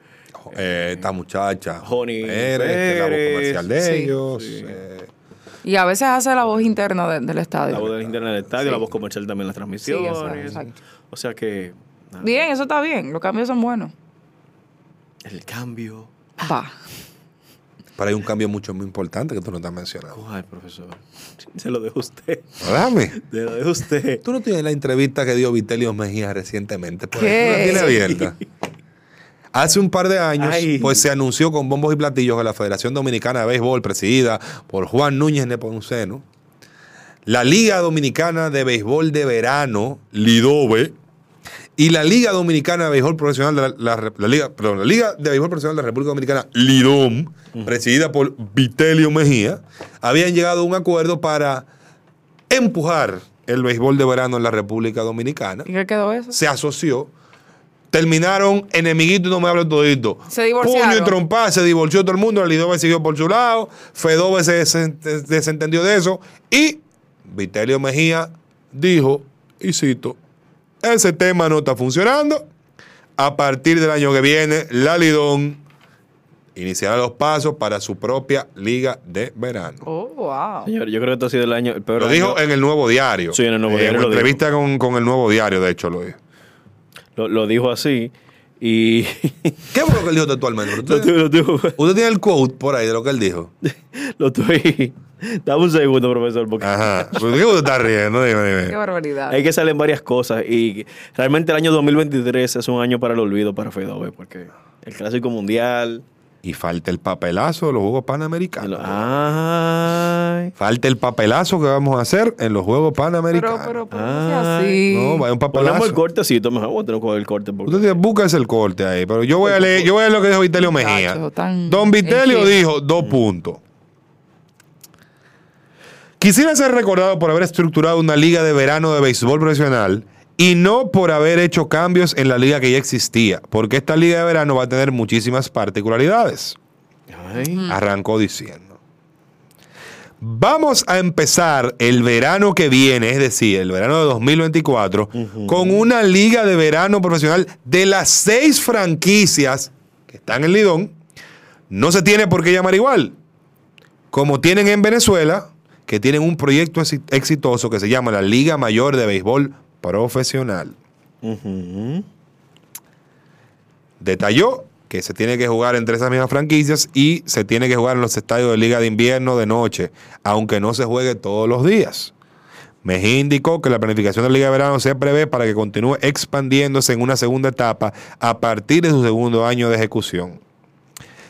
Speaker 3: Eh, esta muchacha.
Speaker 13: Joni
Speaker 3: Pérez, que es la voz
Speaker 13: Pérez.
Speaker 3: comercial de
Speaker 4: Sí.
Speaker 3: ellos.
Speaker 13: Sí.
Speaker 3: eh,
Speaker 4: Y a veces hace la voz interna de- del
Speaker 13: La
Speaker 4: estadio.
Speaker 13: voz del internet del estadio, la voz comercial también en las
Speaker 4: Sí,
Speaker 13: transmisiones.
Speaker 4: exacto, exacto.
Speaker 13: O sea que nada,
Speaker 4: Bien, eso está bien. Los cambios son buenos.
Speaker 13: el cambio.
Speaker 4: Va.
Speaker 3: pero hay un cambio mucho muy importante que tú no estás mencionando.
Speaker 13: Ay, profesor. Se lo dejo a usted.
Speaker 3: Dame.
Speaker 13: Se lo dejo a usted.
Speaker 3: Tú no tienes la entrevista que dio Vitelio Mejía recientemente. Por
Speaker 4: ¿Qué?
Speaker 3: ahí, ¿tú la tienes abierta. Hace un par de años,
Speaker 13: Ay.
Speaker 3: pues se anunció con bombos y platillos que la Federación Dominicana de Béisbol, presidida por Juan Núñez Neponceno, la Liga Dominicana de Béisbol de Verano, Lidobe, y la Liga Dominicana de Béisbol Profesional de la, la Re- la Liga, perdón, la Liga de Béisbol Profesional de la República Dominicana, Lidom, presidida por Vitelio Mejía, habían llegado a un acuerdo para empujar el béisbol de verano en la República Dominicana.
Speaker 4: ¿Y qué quedó eso?
Speaker 3: Se asoció. Terminaron enemiguitos y no me hablo todito.
Speaker 4: Se divorciaron.
Speaker 3: Puño y trompa, se divorció todo el mundo. Lidove siguió por su lado. Fedove se desen- des- desentendió de eso. Y Vitelio Mejía dijo, y cito, ese tema no está funcionando. A partir del año que viene, la Lidón iniciará los pasos para su propia liga de verano.
Speaker 4: Oh, wow.
Speaker 13: Señor, yo creo que esto ha sido el año, el peor
Speaker 3: Lo
Speaker 13: año.
Speaker 3: dijo en el Nuevo Diario.
Speaker 13: Sí, en el Nuevo
Speaker 3: Eh,
Speaker 13: Diario
Speaker 3: una
Speaker 13: lo dijo.
Speaker 3: entrevista con, con el Nuevo Diario, de hecho, lo dijo.
Speaker 13: Lo, lo dijo así. Y.
Speaker 3: ¿Qué fue lo que él dijo textualmente?
Speaker 13: lo,
Speaker 3: Usted,
Speaker 13: tuve, lo, tuve,
Speaker 3: usted tiene el quote por ahí de lo que él dijo.
Speaker 13: lo tuve. Dame un segundo, profesor, porque
Speaker 3: Ajá. ¿Por qué usted está riendo? Dime,
Speaker 4: Qué
Speaker 3: dime.
Speaker 4: barbaridad.
Speaker 13: hay que salen varias cosas. Y realmente el año 2023 es un año para el olvido para Fedove, porque el clásico mundial,
Speaker 3: Y falta el papelazo de los Juegos Panamericanos.
Speaker 13: Ay.
Speaker 3: Falta el papelazo que vamos a hacer en los Juegos Panamericanos.
Speaker 4: Pero, pero, ¿por
Speaker 13: Ay.
Speaker 4: qué así?
Speaker 3: No, vaya un papelazo.
Speaker 13: Ponemos el cortecito, mejor vamos a tener que coger el corte. porque-
Speaker 3: Usted busca el corte ahí, pero yo voy a leer, yo voy a leer lo que dijo Vitelio Mejía.
Speaker 4: tan-
Speaker 3: Don Vitelio
Speaker 4: en fin.
Speaker 3: dijo dos puntos. Quisiera ser recordado por haber estructurado una liga de verano de béisbol profesional y no por haber hecho cambios en la liga que ya existía, porque esta liga de verano va a tener muchísimas particularidades.
Speaker 13: Ay.
Speaker 3: Arrancó diciendo. Vamos a empezar el verano que viene, es decir, el verano de 2024, con una liga de verano profesional de las seis franquicias que están en Lidón. No se tiene por qué llamar igual. Como tienen en Venezuela, que tienen un proyecto exi- exitoso que se llama la Liga Mayor de Béisbol Profesional.
Speaker 13: Ujú.
Speaker 3: Detalló que se tiene que jugar entre esas mismas franquicias y se tiene que jugar en los estadios de Liga de Invierno de noche, aunque no se juegue todos los días. Mejía indicó que la planificación de la Liga de Verano se prevé para que continúe expandiéndose en una segunda etapa a partir de su segundo año de ejecución.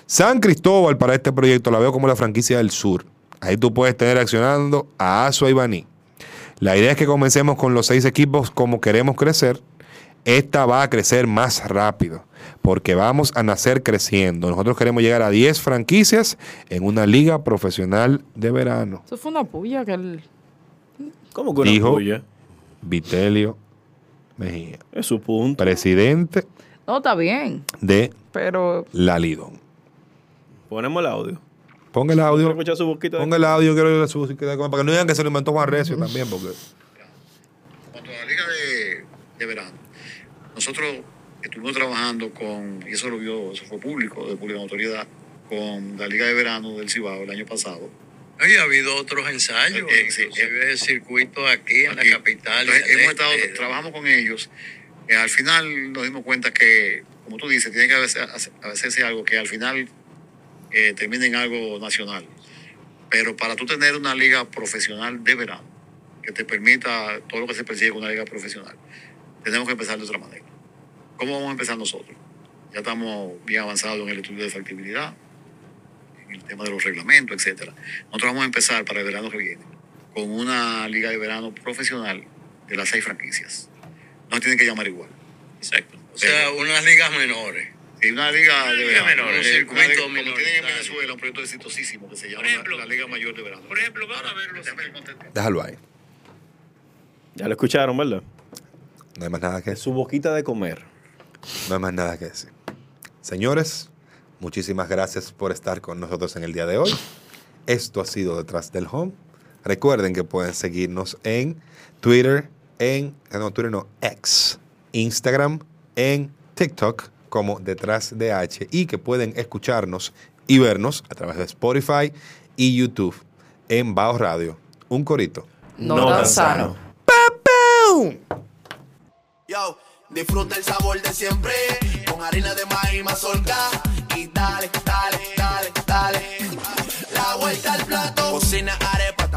Speaker 3: San Cristóbal para este proyecto la veo como la franquicia del sur. Ahí tú puedes tener accionando a Azua y Baní. La idea es que comencemos con los seis equipos como queremos crecer. Esta va a crecer más rápido porque vamos a nacer creciendo. Nosotros queremos llegar a 10 franquicias en una liga profesional de verano.
Speaker 4: Eso fue una puya que él...
Speaker 13: ¿Cómo que una
Speaker 3: Dijo-
Speaker 13: puya?
Speaker 3: Vitelio Mejía,
Speaker 13: Es su punto.
Speaker 3: presidente
Speaker 4: No, está bien,
Speaker 3: de
Speaker 4: pero...
Speaker 3: la Lidón.
Speaker 13: Ponemos el audio.
Speaker 3: Ponga el audio,
Speaker 13: Escucha su boquita.
Speaker 3: ponga el audio, quiero oír la su- que- para que no digan que se lo inventó Juan Recio también, porque
Speaker 14: cuanto a la liga de, de verano, nosotros estuvimos trabajando con, y eso lo vio, eso fue público, de pública autoridad, con la liga de verano del Cibao el año pasado.
Speaker 16: Y ha habido otros ensayos,
Speaker 14: Eh, sí,
Speaker 16: inclusive circuitos aquí en la capital.
Speaker 14: Entonces,
Speaker 16: y al este.
Speaker 14: hemos estado, trabajamos con ellos. Eh, al final nos dimos cuenta que, como tú dices, tiene que hacerse, hace- hacerse algo que al final eh, termine en algo nacional. Pero para tú tener una liga profesional de verano, que te permita todo lo que se persigue con una liga profesional, tenemos que empezar de otra manera. ¿Cómo vamos a empezar nosotros? Ya estamos bien avanzados en el estudio de factibilidad, en el tema de los reglamentos, etcétera. Nosotros vamos a empezar para el verano que viene con una liga de verano profesional de las seis franquicias. No tienen que llamar igual. Exacto.
Speaker 16: O sea, unas ligas menores.
Speaker 14: una liga
Speaker 16: Una
Speaker 14: de
Speaker 16: liga
Speaker 14: verano.
Speaker 16: menor,
Speaker 14: un
Speaker 16: el
Speaker 14: circuito,
Speaker 16: circuito
Speaker 14: como
Speaker 16: menor,
Speaker 14: tienen en
Speaker 16: claro.
Speaker 14: Venezuela un proyecto exitosísimo que se llama la, la Liga Mayor de Verano. Por ejemplo, vamos a verlo.
Speaker 3: déjalo ahí.
Speaker 13: Ya lo escucharon, ¿verdad?
Speaker 3: No hay más nada que
Speaker 13: Su boquita de comer.
Speaker 3: No hay más nada que decir. Señores, muchísimas gracias por estar con nosotros en el día de hoy. Esto ha sido Detrás del Home. Recuerden que pueden seguirnos en Twitter, en ah, no, Twitter no, X, Instagram, en TikTok como Detrás de H y que pueden escucharnos y vernos a través de Spotify y YouTube en Bajo Radio. Un corito.
Speaker 4: No No tan tan sano. sano.
Speaker 5: Yo, disfruta el sabor de siempre con harina de maíz mazorca y dale, dale, dale, dale. La vuelta al plato. Cocina arepa,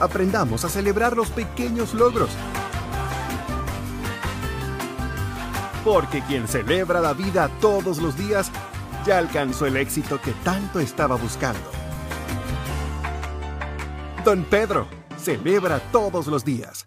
Speaker 9: Aprendamos a celebrar los pequeños logros. Porque quien celebra la vida todos los días ya alcanzó el éxito que tanto estaba buscando. Don Pedro, celebra todos los días.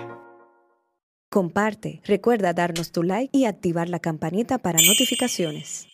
Speaker 12: Comparte, recuerda darnos tu like y activar la campanita para notificaciones.